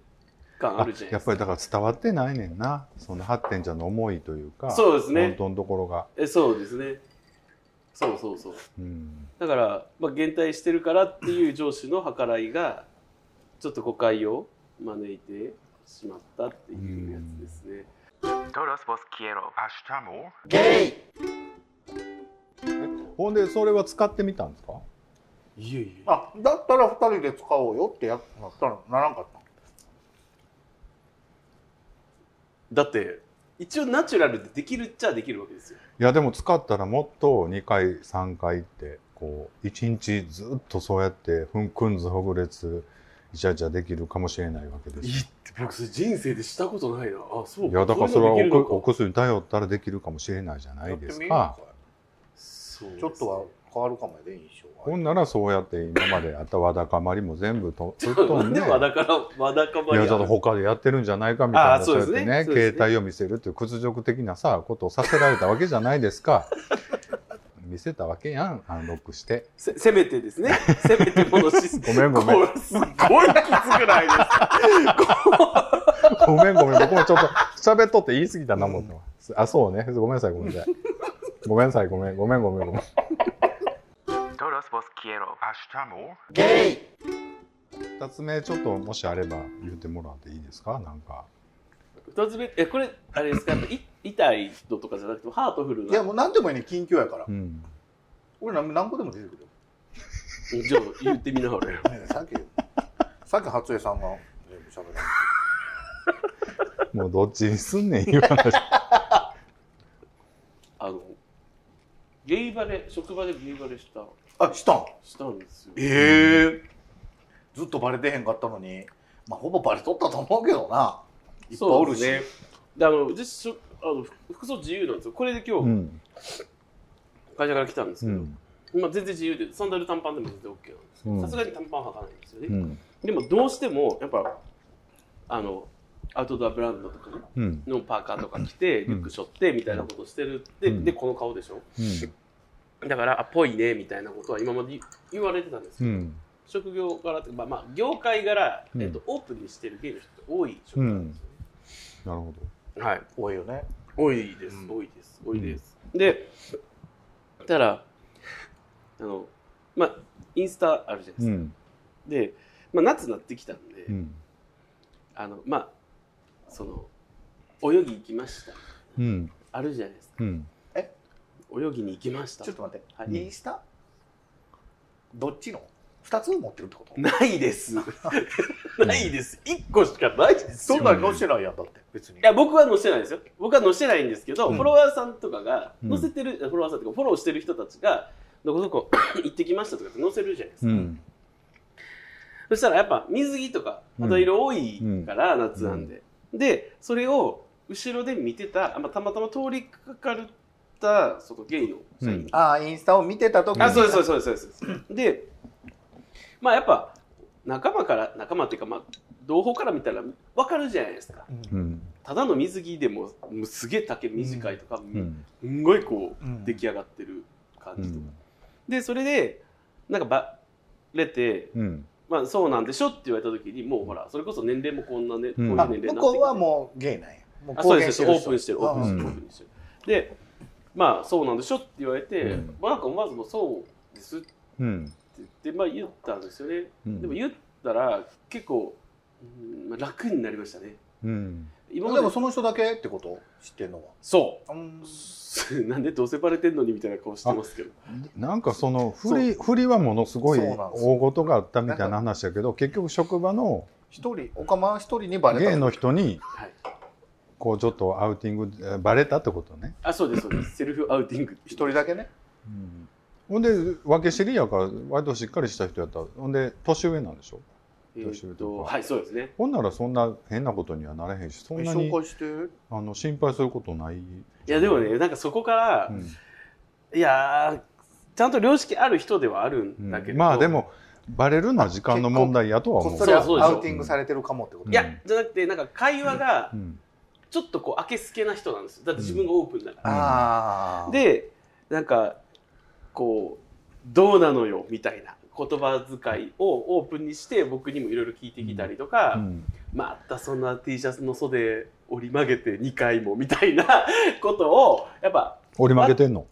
Speaker 1: 感あるじゃないで
Speaker 2: や
Speaker 1: すか。
Speaker 2: っぱりだから伝わってないねんなその発展者の思いというか
Speaker 1: そうですね
Speaker 2: 本当のところが、
Speaker 1: えそうですね。そうそうそう。
Speaker 2: うん
Speaker 1: だから、まあ、減退してるからっていう上司の計らいが、ちょっと誤解を招いてしまったっていうやつですね。
Speaker 5: Todos vos quiero. Hasta more.
Speaker 3: ゲイ
Speaker 2: ほんでそれは使ってみたんですか
Speaker 1: いやいや。
Speaker 3: あだったら二人で使おうよってやなったらならんかった
Speaker 1: だって、一応ナチュラルでできるっちゃできるわけですよ。
Speaker 2: いやでも使ったらもっと2回3回ってこう1日ずっとそうやってふんくんずほぐれつイチャイチャできるかもしれないわけです
Speaker 1: いいって僕それ人生でしたことないなあそう
Speaker 2: い
Speaker 1: い
Speaker 2: やだからそれはおくお
Speaker 1: く
Speaker 2: 薬に頼ったらできるかもしれないじゃないです
Speaker 3: やっ
Speaker 2: か
Speaker 3: てみよ
Speaker 1: そう
Speaker 3: うかちょっとは変わるかもやで印象
Speaker 2: ほ
Speaker 3: は
Speaker 2: んならそうやって今まであったわだかまりも全部と吹っ飛
Speaker 1: なんん
Speaker 2: で
Speaker 1: でわだからわだかま
Speaker 2: い
Speaker 1: り
Speaker 2: やちょっ
Speaker 1: あ
Speaker 2: と
Speaker 1: る
Speaker 2: 他でやってるんじゃないかみたい
Speaker 1: あー
Speaker 2: な
Speaker 1: そ
Speaker 2: そう
Speaker 1: で
Speaker 2: うや
Speaker 1: すね
Speaker 2: ってね
Speaker 1: そうですね
Speaker 2: 携帯を見せるっていう屈辱的なさことをさせられたわけじゃないですか <laughs> 見せたわけやんアンロックして
Speaker 1: せせめて
Speaker 2: <laughs>
Speaker 1: ですねせめてものシス
Speaker 2: ごめんごめん
Speaker 1: これすごいきつくないですか
Speaker 2: ごめんごめん僕もちょっと喋っとって言い過ぎたな思ったわあそうねごめんなさいごめんなさいごめんなさいごめんごめんごめんごめん
Speaker 5: Todos vos quiero. Hasta more.
Speaker 3: <laughs> ゲイ
Speaker 2: 二つ目ちょっともしあれば言ってもらっていいですかなんか
Speaker 1: 二つ目えこれあれですかやっぱい痛いのとかじゃなくてハートフル
Speaker 3: いや
Speaker 1: な
Speaker 3: もう何でもいいね近況やから、
Speaker 2: うん。
Speaker 3: 俺何何個でも出てくるよ
Speaker 1: じゃあ言ってみなはれよ
Speaker 3: ねえさっきさっき初江さんが全部喋らない
Speaker 2: もうどっちにすんねん、いう話。
Speaker 1: あのゲイバレ職場でゲイバレした
Speaker 3: あしたん
Speaker 1: したんですよ
Speaker 3: ええずっとバレてへんかったのにまあほぼバレとったと思うけどないっぱいおるし、
Speaker 1: そうですねであの実職あの服服装自由なんですよこれで今
Speaker 2: う
Speaker 1: 日
Speaker 2: ん。
Speaker 1: 会社から来たんです
Speaker 2: う
Speaker 1: けど、
Speaker 2: ん。
Speaker 1: まあ、全然自由でサンダル短パンでも全然 OK なんですけ
Speaker 2: うん
Speaker 1: どさすがに短パンは履かないんですよね、
Speaker 2: うん。
Speaker 1: でもどうしてもやっぱあのアウトドアブランドとか
Speaker 2: うん。
Speaker 1: のパーカーとか着てリュック背負ってみたいなことしてるって、
Speaker 2: うん
Speaker 1: でこの顔でしょ
Speaker 2: うん。
Speaker 1: だからあっぽいねみたいなことは今まで言われてたんですけ
Speaker 2: う
Speaker 1: ど、
Speaker 2: ん。
Speaker 1: 職業柄ってまあまあ業界柄、
Speaker 2: うん
Speaker 1: えっとオープンにしてる芸の人って多い職業なんですよね、
Speaker 2: なるほ
Speaker 1: はい
Speaker 3: 多いよね
Speaker 1: 多いです、
Speaker 3: うん
Speaker 1: 多いです多いです、でたらあのまあインスタあるじゃないですか
Speaker 2: ど。う、ん。
Speaker 1: で、まあ、夏になってきたんで、
Speaker 2: うん。
Speaker 1: あのまあその泳ぎ行きました
Speaker 2: うん。
Speaker 1: あるじゃないですか
Speaker 2: うん。
Speaker 1: 泳ぎに行きました
Speaker 3: ちょっと待って、
Speaker 1: はい
Speaker 3: インスタどっちの2つ持ってるってこと
Speaker 1: ないです
Speaker 3: <laughs>
Speaker 1: <laughs> ないです1個しかないです
Speaker 3: そ
Speaker 1: よ
Speaker 3: んなん載せてないやんだって別に
Speaker 1: いや僕は載せてないですよ僕は載せてないんですけど、
Speaker 2: うん
Speaker 1: フォロワーさんとかが
Speaker 2: うん
Speaker 1: 載せてる、フォロワーさんとかフォローしてる人たちがどこどこ <coughs> 行ってきましたとかって載せるじゃないです
Speaker 2: う
Speaker 1: か、
Speaker 2: ん。
Speaker 1: そしたらやっぱ水着とか肌色多いから、夏なんで、でそれを後ろで見てた、あまあ、たまたま通りかかったそのゲイの社員、
Speaker 2: うん
Speaker 3: ああインスタを見てた時に
Speaker 1: あそうですそうですそうですそうですでまあやっぱ仲間から仲間っていうかまあ同胞から見たら分かるじゃないですか
Speaker 2: うん。
Speaker 1: ただの水着でももうすげえ丈短いとか、
Speaker 2: うん。
Speaker 1: すんごいこう、
Speaker 3: うん
Speaker 1: 出来上がってる感
Speaker 2: う
Speaker 1: じとか、
Speaker 2: ん。
Speaker 1: でそれでなんかバレて
Speaker 2: うん。
Speaker 1: まあそうなんでしょって言われた時にもうほらそれこそ年齢もこんなね、
Speaker 2: うん
Speaker 1: こ
Speaker 3: あ
Speaker 1: ういう年齢
Speaker 3: 向
Speaker 1: になって
Speaker 3: こうはもうゲイなんやもう
Speaker 1: あそう
Speaker 3: 公
Speaker 1: で
Speaker 3: 言
Speaker 1: す
Speaker 3: し
Speaker 1: オ
Speaker 3: てる
Speaker 1: ープンしてるオープンしてる、
Speaker 2: うん
Speaker 1: オープンにしてるでまあそうなんでしょって言われて、
Speaker 2: うん
Speaker 1: まあなんか思わずもうそうですって
Speaker 2: うん。
Speaker 1: 言ってまあ言ったんですよね
Speaker 2: うん。
Speaker 1: でも言ったら結構、うんまあ楽になりましたね
Speaker 2: うん。
Speaker 1: 今ま
Speaker 3: で
Speaker 1: で
Speaker 3: もその人だけってこと知ってるのは
Speaker 1: そう
Speaker 3: ーん
Speaker 1: う <laughs> なんでどうせバレてんのにみたいな顔してますけど
Speaker 2: なんかその振り振りはものすごい
Speaker 3: そうなんですよ
Speaker 2: 大事があったみたいな話だけど結局職場の
Speaker 3: 一人おかま一人にバレた
Speaker 2: ゲイの人に
Speaker 1: はい
Speaker 2: こうちょっとアウティングえーバレたってことね、
Speaker 1: あそうですそうですセルフアウティング
Speaker 3: 一人だけね
Speaker 2: ほんで分け知りやから割としっかりした人やったほんで年上なんでしょ
Speaker 1: え
Speaker 2: 年上
Speaker 1: ー、
Speaker 2: と
Speaker 1: と
Speaker 2: か
Speaker 1: はいそうですね
Speaker 2: ほんならそんな変なことにはなれへんしそんなに
Speaker 3: 紹介して
Speaker 2: あの心配することない、
Speaker 1: いやでもねなんかそこから、
Speaker 2: うん
Speaker 1: いやーちゃんと良識ある人ではあるんだけれど、
Speaker 2: まあでもバレるのは時間の問題やとは
Speaker 3: こ
Speaker 2: 思
Speaker 3: っ
Speaker 2: う
Speaker 3: そりア
Speaker 1: そうそうでしょ
Speaker 3: ウティングされてるかもってこと
Speaker 1: いやじゃなくてなんか会話が
Speaker 2: うん
Speaker 1: ちょっとこう明けすけな人なんですよだって自分がオープンだから、
Speaker 3: ああ
Speaker 1: でなんかこう「どうなのよ」みたいな言葉遣いをオープンにして僕にもいろいろ聞いてきたりとか、
Speaker 2: うん
Speaker 1: またそんな T シャツの袖折り曲げて2回もみたいなことをやっぱ
Speaker 2: 折り曲げてんの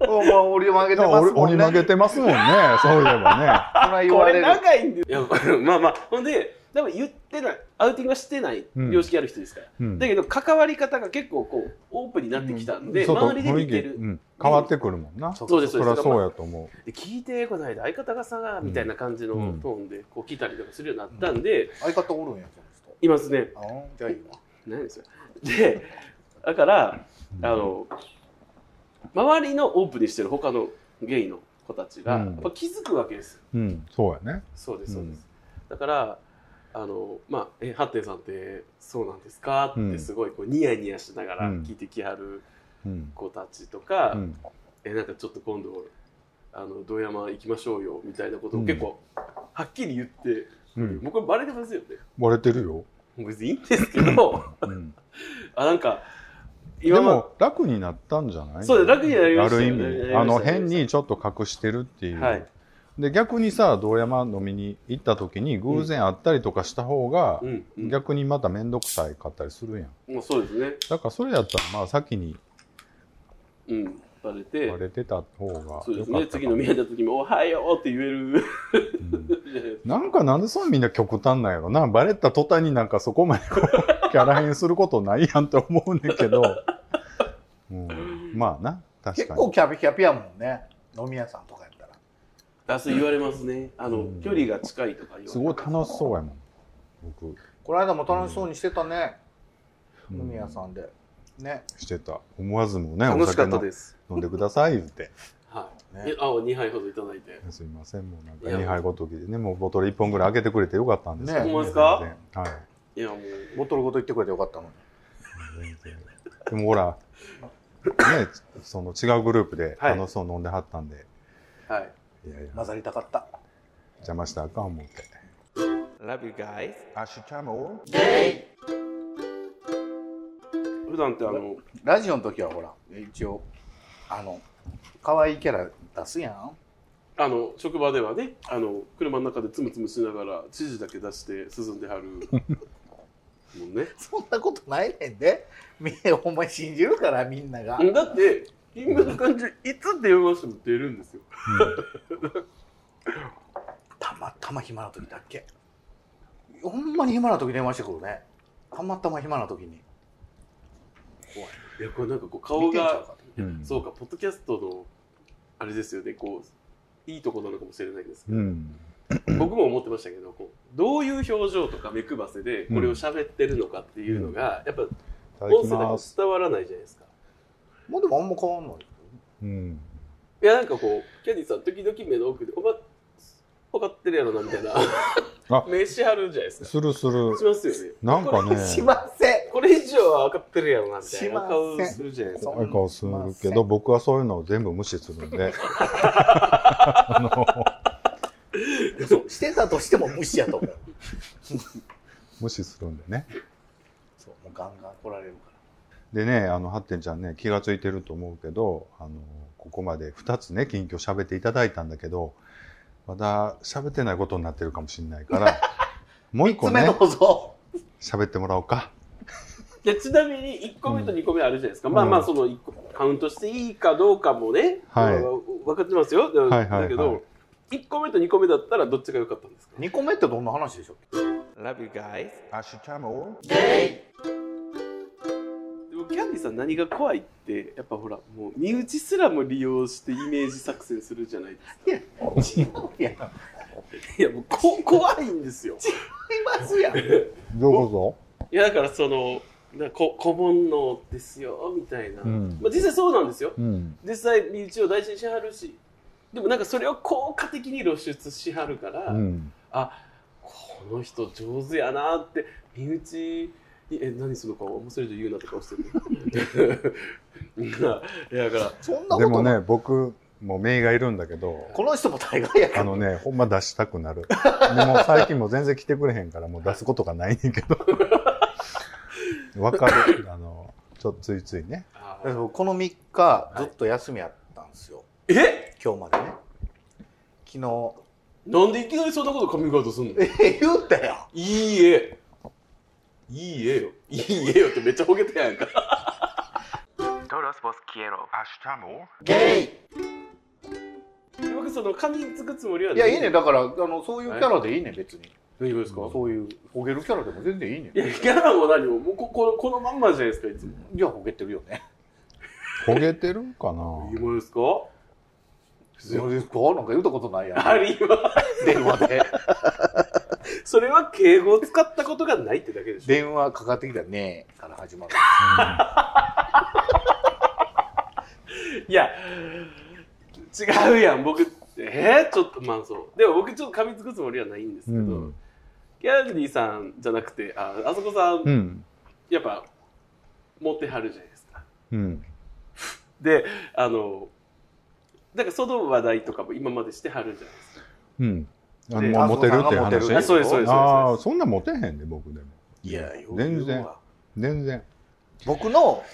Speaker 3: おまあ折り曲げてますも
Speaker 2: 折り
Speaker 3: んね
Speaker 2: 曲げてます
Speaker 1: <laughs>
Speaker 2: もんねそういえばね
Speaker 3: それは言
Speaker 1: こ
Speaker 3: われ
Speaker 1: れ
Speaker 3: る
Speaker 1: 長いんですよまあまあほんででも言ってないアウティングはしてない
Speaker 2: うん
Speaker 1: 良識ある人ですから、
Speaker 2: うん
Speaker 1: だけど関わり方が結構こうオープンになってきたんで、
Speaker 2: そうそう
Speaker 1: 周りで見て
Speaker 2: 雰囲
Speaker 1: る
Speaker 2: 気、うん、変わってくるもんな、そ
Speaker 1: そうですそう
Speaker 2: り
Speaker 1: で
Speaker 2: ゃ
Speaker 1: す
Speaker 2: そうやと思
Speaker 1: で聞いてこないで相方がさみたいな感じの
Speaker 2: うん
Speaker 1: トーンでこう聞いたりとかするようになったんで、
Speaker 3: 相方おるんやその
Speaker 1: いますね
Speaker 3: 人あーじゃあいいわ
Speaker 1: ないですよでだからあの周りのオープンにしてる他のゲイの子たちが
Speaker 2: う
Speaker 1: や
Speaker 2: ん
Speaker 1: っぱ気づくわけですよ、
Speaker 2: う、うん、そうやね
Speaker 1: そうですそう
Speaker 2: うん
Speaker 1: です、だからあのまあ「えハッテンさんってそうなんですか?」
Speaker 2: う
Speaker 1: っ
Speaker 2: ん
Speaker 1: てすごいこうニヤニヤしながら
Speaker 2: うん
Speaker 1: 聞いてきはる
Speaker 2: うん、
Speaker 1: 子たちとか「
Speaker 2: うん、
Speaker 1: えなんかちょっと今度あの堂山行きましょうよ」みたいなことを結構はっきり言って、
Speaker 2: うん、
Speaker 1: もうこれバレてますよね
Speaker 2: 割れてるよ、
Speaker 1: もう別にいいんですけど
Speaker 2: うん、
Speaker 1: あなんか
Speaker 2: で
Speaker 1: まで
Speaker 2: も楽になったんじゃない
Speaker 1: そうです楽になりま
Speaker 2: あ
Speaker 1: した
Speaker 2: る意
Speaker 1: よね
Speaker 2: 味
Speaker 1: や
Speaker 2: あ
Speaker 1: りま
Speaker 2: の
Speaker 1: した
Speaker 2: 変にちょっと隠してるっていう、
Speaker 1: はい
Speaker 2: で逆にさ堂山飲みに行った時に偶然会ったりとかした方が、
Speaker 1: うん、うん、
Speaker 2: 逆にまた面倒くさいかったりするやん
Speaker 1: もうそうですね
Speaker 2: だからそれやったらまあ先に
Speaker 1: うんバレて
Speaker 2: 割れてた方がよかったか
Speaker 1: そう
Speaker 2: も
Speaker 1: ですね次の見合った時も「おはよう」って言える <laughs>
Speaker 2: うんなんかなんでそんなみんな極端なんやろなバレた途端になんかそこまでこ
Speaker 1: <laughs>
Speaker 2: キャラ変することないやんって思うねんけど、うん、まあな確
Speaker 3: 結
Speaker 2: か
Speaker 3: 構
Speaker 2: に
Speaker 3: キャピキャピやもんね飲み屋さんとかやったら
Speaker 1: あそう言われますねあの、
Speaker 2: うん
Speaker 1: 距離が近いとか言われます
Speaker 2: すごい楽しそうやもん僕、
Speaker 3: この間も楽しそうにしてたね、
Speaker 2: う
Speaker 3: 飲み屋さんでね
Speaker 2: してた思わずもね
Speaker 1: 楽しかった
Speaker 2: の
Speaker 1: です
Speaker 2: 飲んでください言って <laughs>
Speaker 1: はい、
Speaker 3: ね
Speaker 1: え青2杯ほどいただいて
Speaker 2: すいませんもうなんか
Speaker 1: いや
Speaker 2: 2杯ごときでねもうボトル1本ぐらい開けてくれてよかったんですけど、
Speaker 3: ね
Speaker 1: ほんまですか
Speaker 2: 全然はい
Speaker 1: いやもう
Speaker 3: ボトルごと言ってくれてよかったのに
Speaker 2: 全然でもほら、ね、その違うグループで
Speaker 1: はい
Speaker 2: 楽しそうに飲んではったんで、
Speaker 1: はい
Speaker 2: い、やいや
Speaker 3: 混ざりたかった
Speaker 2: 邪魔したらあかん思って
Speaker 1: Love you guys
Speaker 2: 明日も
Speaker 1: 普段ってあの
Speaker 3: ラジオの時はほら一応あの可愛いキャラ出すやん
Speaker 1: あの職場ではねあの車の中でつむつむしながら指示だけ出して進んではるもんね
Speaker 3: そんなことないねんでみんなほんまに信じるからみんなが
Speaker 1: だって今の感じいつ電話しても出るんですよ
Speaker 3: たまたま暇な時だっけほんまに暇な時電話してくるねたまたま暇な時に
Speaker 1: いやこれなんかこう顔
Speaker 3: 見てんちゃう
Speaker 1: が
Speaker 3: か
Speaker 2: うん
Speaker 1: そうかポッドキャストのあれですよねこういいとこなのかもしれないですけ
Speaker 2: う
Speaker 1: ど、
Speaker 2: ん
Speaker 1: 僕も思ってましたけどこうどういう表情とか目くばせでこれを喋ってるのかっていうのが、やっ
Speaker 2: い
Speaker 1: ぱ
Speaker 2: ただ
Speaker 1: 音
Speaker 2: き
Speaker 1: 声だ
Speaker 2: ま
Speaker 1: け
Speaker 2: す、
Speaker 1: 伝わらないじゃないですか
Speaker 3: もうでもあんま変わんない
Speaker 2: うん、
Speaker 1: いやなんかこうキャディさん時々目の奥で「おば分かってるやろな」みたいな名刺貼るじゃないですか
Speaker 2: するする
Speaker 1: しますよね
Speaker 2: なんかね
Speaker 3: しません
Speaker 1: これ以上は分かってるやろなみたいな
Speaker 3: し
Speaker 1: 顔
Speaker 3: ません
Speaker 1: するじゃないですか
Speaker 2: 怖い顔するけ
Speaker 3: ま
Speaker 2: ど
Speaker 3: あ
Speaker 2: 僕はそういうのを全部無視するんで <laughs> あの
Speaker 3: そうしてたとしても無視やと思う
Speaker 2: 無視するんでね
Speaker 3: そうもうガンガン来られるか
Speaker 2: でねあのハッテンちゃんね気がついてると思うけどあのここまで2つね近況喋っていただいたんだけどまだ喋ってないことになってるかもしれないから
Speaker 3: <laughs>
Speaker 2: もう
Speaker 3: ら
Speaker 2: 一個
Speaker 3: 爪
Speaker 2: ね
Speaker 3: どうぞ
Speaker 2: 喋ってもらおうか
Speaker 1: でちなみに1個目と2個目あるじゃないですか、
Speaker 2: うん
Speaker 1: まあまあその1個カウントしていいかどうかもね、
Speaker 2: はい
Speaker 1: まあ分かってますよ、
Speaker 2: はいはいはい
Speaker 1: だけど1個目と2個目だったらどっちが良かったんですか
Speaker 3: 2個目ってどんな話でしょ
Speaker 1: Love you guys
Speaker 2: 明日も
Speaker 1: でもキャンディさん何が怖いってやっぱほらもう身内すらも利用してイメージ作戦するじゃないですか
Speaker 2: <laughs>
Speaker 3: いやい
Speaker 1: いやもうこ怖いんですよ
Speaker 3: ますやん
Speaker 2: どうぞ
Speaker 1: いやだからそのなこ古文能ですよみたいな、
Speaker 2: うん
Speaker 1: まあ、実際そうなんですよ
Speaker 2: うん
Speaker 1: 実際身内を大事にしはるしでもなんかそれを効果的に露出しはるから、
Speaker 2: うん
Speaker 1: この人上手やなって身内にえ何その顔面白いと言うなとかしてるみんないやだから
Speaker 3: そんなこ
Speaker 2: で
Speaker 3: と
Speaker 2: も
Speaker 3: ない、
Speaker 2: ね僕も名がいるんだけど
Speaker 3: この人も大概やか
Speaker 2: あ
Speaker 3: ら
Speaker 2: のねほんま出したくなるでも最近も全然来てくれへんからもう出すことがないねんけ
Speaker 3: <laughs>
Speaker 2: どわかるあのちょっとついついね
Speaker 1: あ
Speaker 3: でもこの3日ずっと休みやったんですよ、
Speaker 1: え
Speaker 3: 今日までね昨日
Speaker 1: なんでいきなりそんなことカミングアウトすんのい
Speaker 3: え言うたよ
Speaker 1: いえいいえよいいえよってめっちゃほげたやんか
Speaker 5: Todos vos quiero. Ashtamo.
Speaker 3: ゲイ
Speaker 1: 僕その髪つくつもりはい
Speaker 3: やいいねだからあのそういうキャラでいいね別に
Speaker 1: 大丈夫ですか
Speaker 3: そういうほげるキャラでも全然いいね
Speaker 1: いやキャラも何ももうこここのまんまじゃないですかいつも
Speaker 3: じゃあほげてるよね
Speaker 2: 焦げてるんかな
Speaker 1: いうものですか
Speaker 3: そうですかなんか言うたことないやん
Speaker 1: あるいは
Speaker 3: 電話で
Speaker 1: それは敬語を使ったことがないってだけでしょ
Speaker 3: 電話かかってきたらねえから始まる
Speaker 1: いや、違うやん、僕、えー、ちょっと、まあそう。でも僕、ちょっと噛みつくつもりはないんですけ
Speaker 2: う
Speaker 1: ど、
Speaker 2: ん
Speaker 1: キャンディーさんじゃなくて、ああそこさん、
Speaker 2: うん
Speaker 1: やっぱ、持ってはるじゃないですか。
Speaker 2: うん
Speaker 1: で、あの、だからその話題とかも今までしてはるじゃないですか。
Speaker 2: うんあ
Speaker 1: で
Speaker 2: のもうモテるっていう
Speaker 3: あそ
Speaker 2: 話
Speaker 3: うそう
Speaker 1: あそうです、そうです。
Speaker 2: ああ
Speaker 1: そう
Speaker 2: そんなモテへんで僕でも
Speaker 3: いやよう
Speaker 2: 全
Speaker 3: 言う
Speaker 2: 然
Speaker 3: わ
Speaker 2: 全然
Speaker 3: 僕の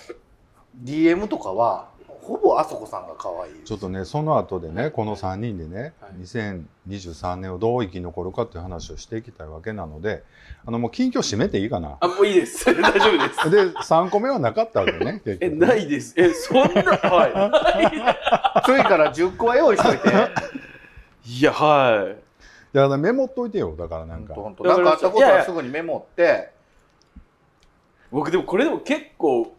Speaker 3: DM とかはほぼあそこさんが可愛い
Speaker 2: ちょっとねその後でねこの3人でね、
Speaker 1: はい
Speaker 2: 2023年をどう生き残るかっていう話をしていきたいわけなのであのもう近況締めていいかな
Speaker 1: あ、もういいです。 <laughs> 大丈夫です。
Speaker 2: で3個目はなかったわけね結
Speaker 1: え、
Speaker 2: 局ね
Speaker 1: ないです。え、そんな、は
Speaker 3: ついから10個は用意しといて
Speaker 1: い。いや、はい。
Speaker 2: いやメモっといてよだからな
Speaker 3: なん
Speaker 2: ん
Speaker 3: か
Speaker 2: か
Speaker 3: なんかあったことはすぐにメモって
Speaker 1: 僕でもこれでも結構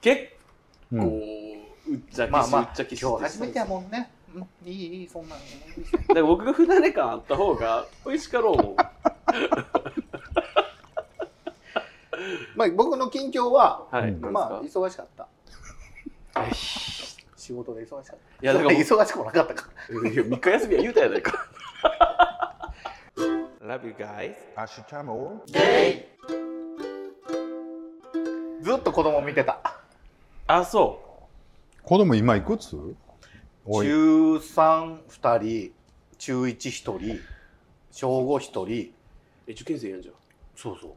Speaker 1: 結
Speaker 2: う、
Speaker 1: 構、うんっちゃけし、
Speaker 3: まあま
Speaker 1: うっ
Speaker 3: あ
Speaker 1: ちゃ
Speaker 3: 今
Speaker 1: けしで
Speaker 3: 日
Speaker 1: した
Speaker 3: 初めてやもんねうんいいいいそんなの
Speaker 1: だから僕が不慣れ感あった方が美味しかろうもん
Speaker 3: まあ僕の近況は
Speaker 1: はい、
Speaker 2: うん
Speaker 1: なん
Speaker 3: まあ
Speaker 1: です
Speaker 3: 忙しかった
Speaker 1: かい
Speaker 3: <laughs> 仕事で忙しかった
Speaker 1: やだからもう
Speaker 3: 忙しくもなかったから
Speaker 1: いや3日休みは言うたやないか Love you guys
Speaker 2: 明日も
Speaker 3: ずっと子供見てた
Speaker 1: あそ
Speaker 2: 子供今いくつ多い
Speaker 3: 中32人中11人小51人
Speaker 1: うえ受験生やんじゃん
Speaker 3: そうそう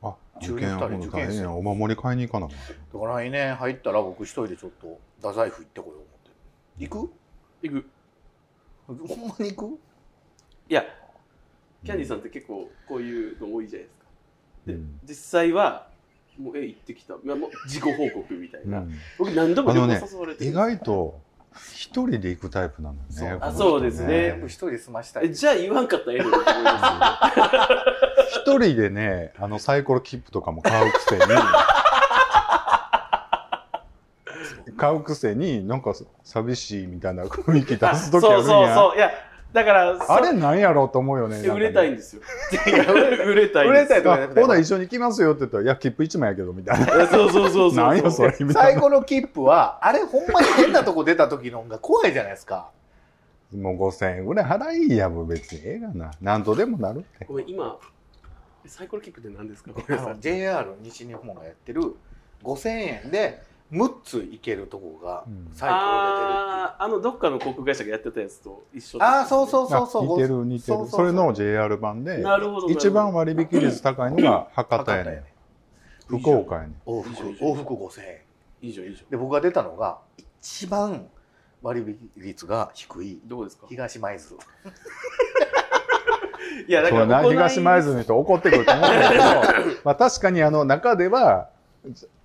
Speaker 2: あ受
Speaker 3: 中
Speaker 2: 験
Speaker 3: 二
Speaker 2: ほ
Speaker 3: 人
Speaker 2: んと大
Speaker 3: 受験
Speaker 2: 変
Speaker 3: 生
Speaker 2: やお守り買いに行かな
Speaker 3: だから来年入ったら僕一人でちょっと太宰府行ってこよう思って行く
Speaker 1: 行く
Speaker 3: ほんまに行く
Speaker 1: いやキャンディーさんって結構こういうの多いじゃないですかで、
Speaker 2: うん
Speaker 1: 実際はもうえ行ってきたいやもう自己報告みたいな、
Speaker 2: うん
Speaker 1: 僕何度も旅行
Speaker 2: あのね
Speaker 1: 誘われてる
Speaker 2: 意外と一人で行くタイプなのよね
Speaker 3: そう
Speaker 2: この人ね
Speaker 1: そうですね
Speaker 3: 僕一人で済ました
Speaker 1: え
Speaker 3: い
Speaker 1: じゃあ言わんかったらええのにと思いま
Speaker 2: 一人でねあのサイコロ切符とかも買うくせに買うくせになんか寂しいみたいな雰囲気出す
Speaker 1: すよ
Speaker 2: 時
Speaker 1: そ
Speaker 2: あ
Speaker 1: う
Speaker 2: るん
Speaker 1: そ
Speaker 2: や
Speaker 1: うそういやだからそう
Speaker 2: あれなんやろうと思うよね
Speaker 1: 売れたいん
Speaker 2: ん
Speaker 1: ですよ <laughs> 売れたいんです
Speaker 3: 売れたいとかじゃなくて
Speaker 2: ほな一緒に来ますよって言ったら「いや切符1枚やけど」みたいな
Speaker 1: えそうそうそうそう
Speaker 2: 「なんやそれ」みた
Speaker 3: 最
Speaker 2: いな
Speaker 3: 後の切符はあれほんまに変なとこ出た時の方が怖いじゃないですか
Speaker 2: もう5000円ぐらい払いやもう別にええがな何度でもなるって
Speaker 1: ごめん今サイコロキックって何ですかご
Speaker 3: あ
Speaker 1: めんなさい
Speaker 3: の JR 西日本がやってる5000円で6つ行けるとこが
Speaker 2: うん
Speaker 3: サイコロ
Speaker 1: あーあのどっかの航空会社がやってたやつと一緒
Speaker 3: 出てるああそうそうそうそう
Speaker 2: あ似てる似て
Speaker 3: う
Speaker 2: る
Speaker 3: うう
Speaker 2: それの JR 版で
Speaker 1: なるほど
Speaker 2: 一番割引率高いのが博
Speaker 3: 博多
Speaker 2: 多
Speaker 3: や
Speaker 2: や
Speaker 3: ね
Speaker 2: ね
Speaker 3: ん
Speaker 2: ん福岡やねん
Speaker 3: 往復往復5000円
Speaker 1: いいじゃんいいじゃ
Speaker 3: で僕が出たのが一番割引率が低い
Speaker 1: んどこですか
Speaker 3: 東舞鶴
Speaker 1: いやだ
Speaker 2: そうな東舞鶴の人怒ってくると思うんだけどまあ確かにあの中では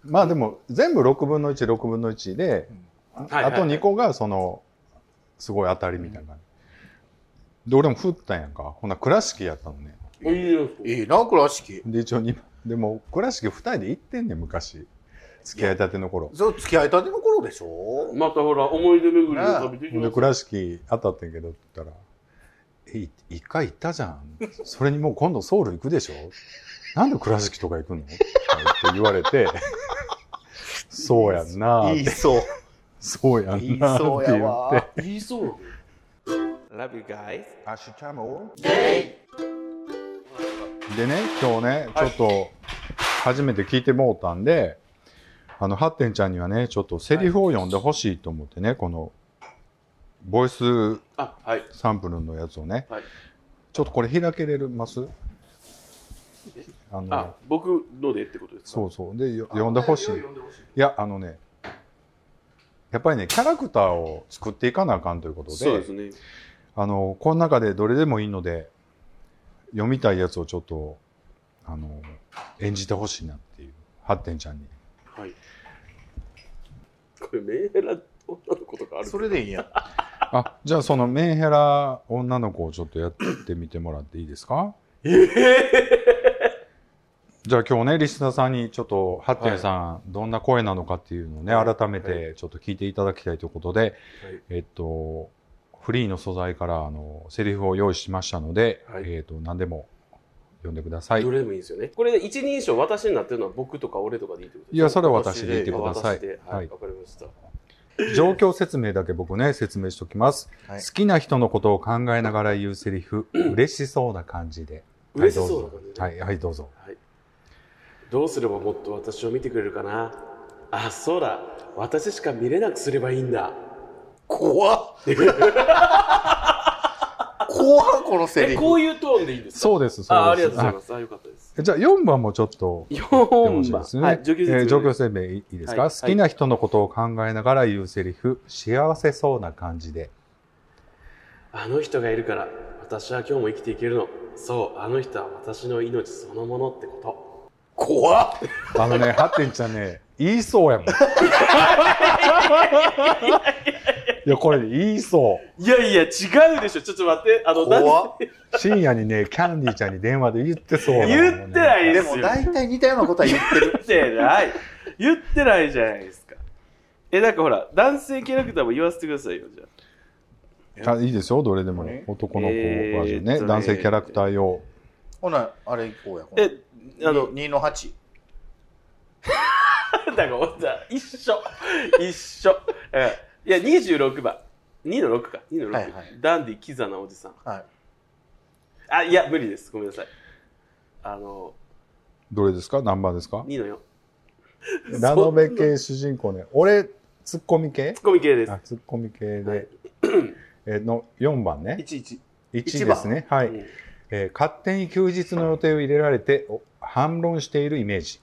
Speaker 2: まあでも全部6分の16分の1で、
Speaker 1: はいはいはい
Speaker 2: あと2個がそのすごい当たりみたいな感じ、で俺も振ったんやんかほな倉敷やったのね
Speaker 1: うん
Speaker 3: <laughs> いいな倉敷
Speaker 2: で一応2でも倉敷2人で行ってんねん昔付き合いたての頃
Speaker 3: そう付き合いたての頃でしょ
Speaker 1: またほら思い出巡りの旅でき
Speaker 2: ほん
Speaker 1: ま
Speaker 2: です倉敷当たってんけどって言ったら「えい一回行ったじゃんそれにもう今度ソウル行くでしょなんで倉敷とか行くの?」って言われて「そうやんな」
Speaker 3: 言いそう
Speaker 2: そうや
Speaker 3: 言
Speaker 2: ん
Speaker 3: い
Speaker 2: な」って
Speaker 3: そうや
Speaker 2: 言っ
Speaker 3: わ
Speaker 2: て
Speaker 1: 言いそう Love you guys
Speaker 2: でね今日ねちょっと初めて聞いてもうたんであのハッテンちゃんにはねちょっとセリフを読んでほしいと思ってねこのボイス
Speaker 1: あはい
Speaker 2: サンプルのやつをね、
Speaker 1: はい
Speaker 2: ちょっとこれ開けれますあの
Speaker 1: あ僕のでってことですか
Speaker 2: そうそうでよ読んでほしい
Speaker 1: あ
Speaker 2: い
Speaker 1: 読んでほしい
Speaker 2: やあのねやっぱりねキャラクターを作っていかなあかんということで
Speaker 1: そうですね
Speaker 2: あのこの中でどれでもいいので読みたいやつをちょっとあの演じてほしいなっていうハッテンちゃん
Speaker 1: <laughs>
Speaker 2: に
Speaker 1: はいこれメンヘラ女の子とかある
Speaker 3: それでいいやん
Speaker 2: あじゃあそのメンヘラ女の子をちょっとやってみてもらっていいですかじゃあ今日ねリスナーさんにちょっとハッテンさん、どんな声なのかっていうのをね改めてちょっと聞いていただきたいということで、えっとフリーの素材からあのセリフを用意しましたので、
Speaker 1: はい
Speaker 2: えっと何でも読んでください
Speaker 1: どれでもいいんですよねこれで一人称私になってるのは僕とか俺とかでいいってことですか
Speaker 2: いやそれは私で言ってください
Speaker 1: 私ではい
Speaker 2: はい
Speaker 1: わかりました
Speaker 2: 状況説明だけ僕ね説明しておきます、
Speaker 3: はい
Speaker 2: 好きな人のことを考えながら言うセリ
Speaker 1: <clears throat>
Speaker 2: フ嬉しそうな感じで
Speaker 1: 嬉しそうな感じで、
Speaker 2: はいはいどうぞ
Speaker 1: はい、どうすればもっと私を見てくれるかなあそうだ私しか見れなくすればいいんだ
Speaker 2: <laughs>
Speaker 3: 怖っ怖っこのセ
Speaker 1: え
Speaker 3: リフ
Speaker 1: こういうトーンでいいんですか
Speaker 2: そうです
Speaker 1: あ
Speaker 2: そう
Speaker 1: あり
Speaker 2: で
Speaker 1: が
Speaker 2: す
Speaker 1: とうございます、あよかったです
Speaker 2: はいじゃあ4番もちょっと言ってほ
Speaker 1: 4
Speaker 2: しい
Speaker 1: 番
Speaker 2: ですね、
Speaker 1: はい上級
Speaker 2: えー
Speaker 1: 説
Speaker 2: 状
Speaker 1: 明
Speaker 2: 況
Speaker 1: です
Speaker 2: 説明いいですか、
Speaker 1: はい
Speaker 2: 好きな人のことを考えながら言うセリフ幸せそうな感じで
Speaker 1: あの人がいるから私は今日も生きていけるのそうあの人は私の命そのものってこと
Speaker 3: 怖っ
Speaker 2: あのね <laughs> ハッテンちゃんね言いそうやもんいや、これ言いそ
Speaker 1: いやいや、違うでしょ。ちょっと待って。あの、
Speaker 3: 怖っ
Speaker 2: う。深夜にね、キャンディーちゃんに電話で言ってそうなのね、
Speaker 1: 言ってない
Speaker 3: で
Speaker 1: です
Speaker 3: も
Speaker 1: よ。
Speaker 3: 大体似たようなことは言ってる
Speaker 1: 言ってない。言ってないじゃないですか。え、なんかほら、男性キャラクターも言わせてくださいよ、じゃあ。
Speaker 2: あいいですよ、どれでもね。男の子バージョンね。
Speaker 1: えーっとね
Speaker 2: 男性キャラクター用。
Speaker 3: ほなあれ行こうやこ
Speaker 1: え、あの、
Speaker 3: 2の8
Speaker 1: なんだかほんとだ一緒。一緒。うんいや、26番。2の6か。2の6。
Speaker 3: はいはい
Speaker 1: ダンディ、キザなおじさん。
Speaker 3: はい
Speaker 1: あ、いや、無理です。ごめんなさい。あの、
Speaker 2: どれですか何番ですか
Speaker 1: 2の4。
Speaker 3: <laughs>
Speaker 2: ラノベ系主人公ね。俺、ツッコミ系
Speaker 1: ツッコミ系です
Speaker 2: あ。、ツッコミ系で。
Speaker 1: はい
Speaker 2: えの4番ね。
Speaker 3: 11
Speaker 2: 1ですね。は、
Speaker 1: はい
Speaker 2: えー勝手に休日の予定を入れられて、お反論しているイメージ。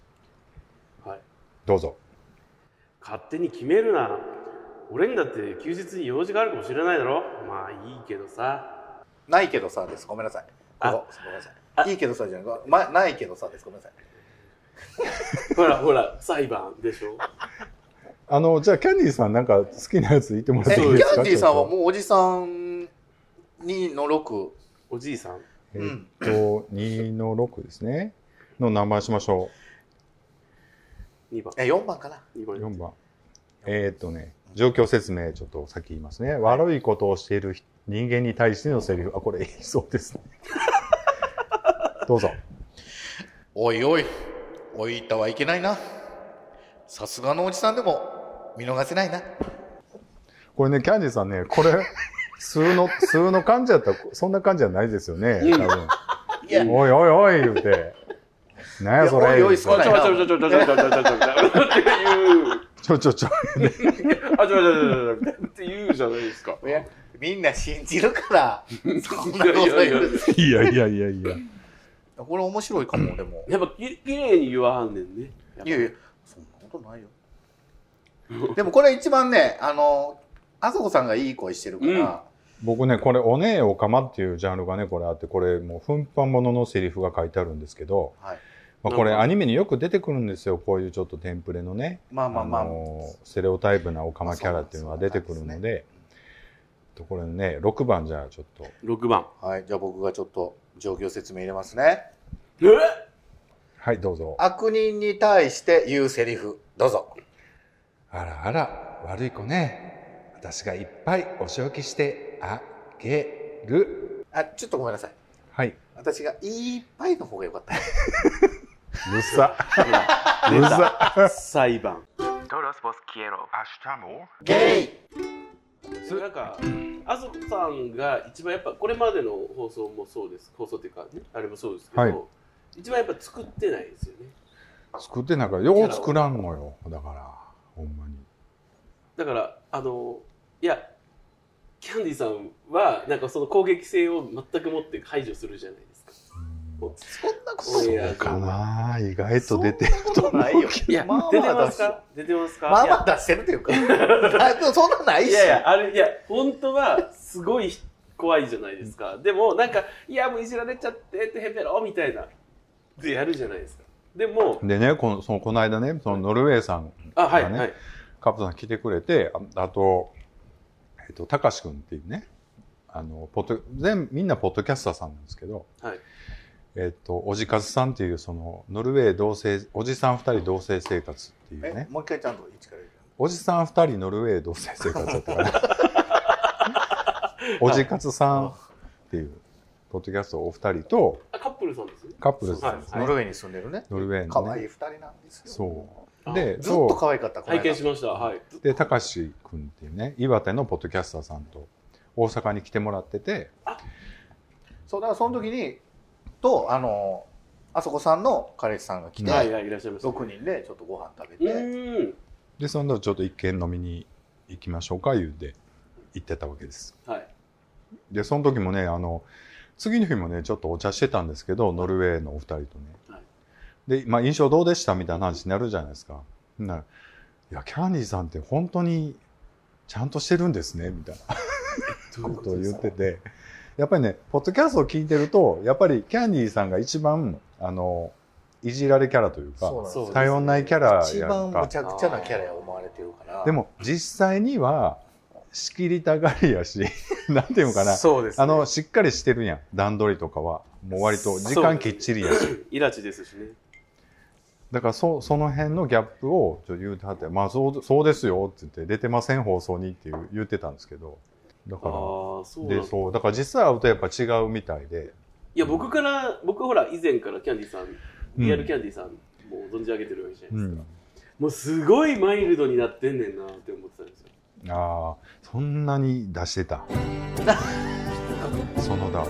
Speaker 1: はい。
Speaker 2: どうぞ。
Speaker 1: 勝手に決めるな。俺にだって休日に用事があるかもしれないだろ。まあいいけどさ。
Speaker 3: ないけどさですごめんなさい
Speaker 1: あ
Speaker 3: ここごめんなさ
Speaker 1: あ
Speaker 3: いいいけどさじゃない、ま、ないけどさですごめんなさい
Speaker 1: ほらほら、裁判でしょ。
Speaker 2: あの、じゃあ、キャンディーさんなんか好きなやつ言ってもら
Speaker 3: え
Speaker 2: って
Speaker 3: キ
Speaker 2: いいですか
Speaker 3: ャンディーさんは
Speaker 2: う。
Speaker 3: もうおじさん2の6
Speaker 1: おじいさん。
Speaker 2: え
Speaker 3: う
Speaker 2: ーっ
Speaker 3: ん
Speaker 2: と、2の6ですね。の名前しましょ
Speaker 1: 2番。
Speaker 3: え4番かな
Speaker 1: 2
Speaker 2: う。
Speaker 1: 番。
Speaker 2: 4番。えーっとね、状況説明、ちょっと先言いますね。悪いことをしている人人間に対してのセリフ。あ、これ言いそうです
Speaker 3: <laughs>
Speaker 2: ね。どうぞ。
Speaker 3: おいおいおいたはいけないなさすがのおじさんでも見逃せないな
Speaker 2: これね、キャンディーさんね、こ
Speaker 3: <laughs>
Speaker 2: れ、数の、数の感じだったら、そんな感じじゃないですよね、多分。
Speaker 3: いや
Speaker 2: おいおいおい、言うて。なんやそ
Speaker 3: い
Speaker 2: れ。
Speaker 3: やおいおい
Speaker 2: 言うて
Speaker 1: ちょちょちょちょちょちょちょちょちょちょって言う。
Speaker 2: ちょちょちょ。
Speaker 1: あ、ちょちょちょちょちょって言うじゃないですか。
Speaker 3: いやみんな信じる <laughs> からそんなこと
Speaker 1: いやいや
Speaker 3: 言
Speaker 1: いや
Speaker 2: い
Speaker 3: う
Speaker 2: やいやいやいや。
Speaker 3: これ面白いかもでも
Speaker 1: やっぱききれいに言わはんねんね。
Speaker 3: いやいやそんなことないよでもこれ一番ねあのあそこさんがいい声してるから、
Speaker 2: 僕ね、これ、おねえおかまっていうジャンルがね、これあって、これ、もう、奮発もののセリフが書いてあるんですけど、
Speaker 3: はい、
Speaker 2: まあ、これ、アニメによく出てくるんですよ、こういうちょっとテンプレのね、
Speaker 3: まあまあまあ、
Speaker 2: あのーステレオタイブなオカマキャラっていうのが出てくるので、ところでね、6番じゃあ、ちょっと、
Speaker 1: 6番。
Speaker 3: はいじゃあ僕がちょっと状況説明入れますね
Speaker 1: え
Speaker 2: はい、どうぞ。
Speaker 3: 悪人に対して言うセリフどうぞ
Speaker 2: あらあら、悪い子ね。私がいっぱいお仕置きしてあげる。
Speaker 3: あちょっとごめんなさい
Speaker 2: はい。
Speaker 3: 私がいっぱいの方が良か
Speaker 1: <laughs>
Speaker 3: った
Speaker 2: む <laughs> さ。むさ。
Speaker 1: 裁判。
Speaker 5: Todos vos quiero. Ashtamo.
Speaker 3: ゲイ
Speaker 1: それなんか、あそこさんが一番やっぱ、これまでの放送もそうです。放送っていうか、ね、あれもそうですけど、
Speaker 2: はい
Speaker 1: 一番やっぱ作ってないですよね。
Speaker 2: 作ってなんか、よう作らんのよ。だから、ほんまに。
Speaker 1: だからあのいやキャンディさんはなんかその攻撃性を全く持って排除するじゃないですか。
Speaker 3: そんなこと
Speaker 1: そう
Speaker 3: ない
Speaker 1: や
Speaker 2: かなあ意外と出てる。
Speaker 3: そんなことないよ
Speaker 1: いや、
Speaker 3: まあまあ
Speaker 1: 出てます
Speaker 3: 出すよ
Speaker 1: か出てますか
Speaker 3: まあ
Speaker 1: い
Speaker 3: ま
Speaker 1: や
Speaker 3: あ出してると
Speaker 1: <laughs>
Speaker 3: いうかあでもそんなないし
Speaker 1: いやいやあれいや本当はすごい怖いじゃないですか。でもなんかいやもういじられちゃっててへべろみたいなでやるじゃないですか。でも
Speaker 2: でね、この、その、この間ね、その、ノルウェーさん、
Speaker 1: あはい、
Speaker 2: まあね
Speaker 1: はい
Speaker 2: カップさん来てくれて、ああと、えっと、たかしくんっていうね、あの、ポッド、全、みんなポッドキャスターさんなんですけど、
Speaker 1: はい
Speaker 2: えっと、おじかずさんっていう、その、ノルウェー同性、おじさん二人同性生活っていう
Speaker 3: え
Speaker 2: ね、
Speaker 3: もう一回ちゃんと一から言う
Speaker 2: おじさん二人ノルウェー同性生活だったかな。おじかずさんっていう、ポッドキャストお二人と、
Speaker 1: あカップルさんですね。
Speaker 2: カップルさんです
Speaker 1: はい
Speaker 3: ノ
Speaker 2: ね
Speaker 3: ル。ウェーに住んでるね
Speaker 2: ノルウェー
Speaker 3: 可
Speaker 2: の
Speaker 3: 愛い
Speaker 2: ね。
Speaker 3: 二人なんですよ
Speaker 2: そう。
Speaker 1: あ
Speaker 2: で、
Speaker 3: ずっと
Speaker 2: そう
Speaker 3: 可愛かったこの
Speaker 1: 拝
Speaker 3: 間
Speaker 1: 見しましたはい。
Speaker 2: で、たかしくんっていうね、岩手のポッドキャスターさんと大阪に来てもらってて、
Speaker 3: そうだからその時にとあのあそこさんの彼氏さんが来て、
Speaker 1: はいはいいらっしゃいました。
Speaker 3: 6人でちょっとご飯食べ
Speaker 1: う
Speaker 3: て、
Speaker 1: ーん
Speaker 2: で、その後ちょっと一軒飲みに行きましょうか、言うて行ってたわけです。
Speaker 1: はい
Speaker 2: で、その時もね、あの、次の日もね、ちょっとお茶してたんですけど、ノルウェーのお二人とね。
Speaker 1: はい
Speaker 2: で、まあ、印象どうでしたみたいな話になるじゃないですか。ほんならいや、キャンディーさんって本当にちゃんとしてるんですね、みたいなことを言ってて。やっぱりね、ポッドキャストを聞いてると、やっぱりキャンディーさんが一番、あの、いじられキャラというか、
Speaker 3: そうなんですよ
Speaker 2: 頼んないキャラ
Speaker 3: 一
Speaker 2: やん
Speaker 3: 番む
Speaker 2: か。
Speaker 3: ちゃくちゃなキャラや思われてるから
Speaker 2: でも実際には仕切りたがりやし <laughs> なんていうのかな
Speaker 1: そうです、ね。
Speaker 2: あの、しっかりしてるやん段取りとかはもう割と時間きっちりやし
Speaker 1: イラチですしね。
Speaker 2: だからそその辺のギャップをちょっと言うてはって「まあそうそうですよ」って言って「出てません放送に」っていう言ってたんですけどだ
Speaker 1: ああ
Speaker 2: か
Speaker 1: ー、そうな
Speaker 2: ら
Speaker 1: んだ。
Speaker 2: でそうだから実際会うとやっぱ違うみたいで
Speaker 1: いや、僕から、僕はほら、以前からキャンディーさん、
Speaker 2: うん
Speaker 1: リアルキャンディーさん、もう存じ上げてるわけじゃ
Speaker 2: う
Speaker 1: ないですか。
Speaker 2: ん
Speaker 1: もうすごいマイルドになってんねんなって思ってたんですよ。
Speaker 2: ああそんなに出してたそのだ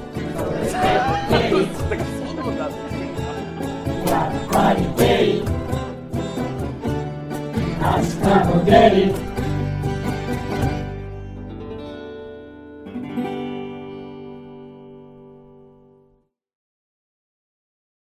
Speaker 6: Hot spaghetti.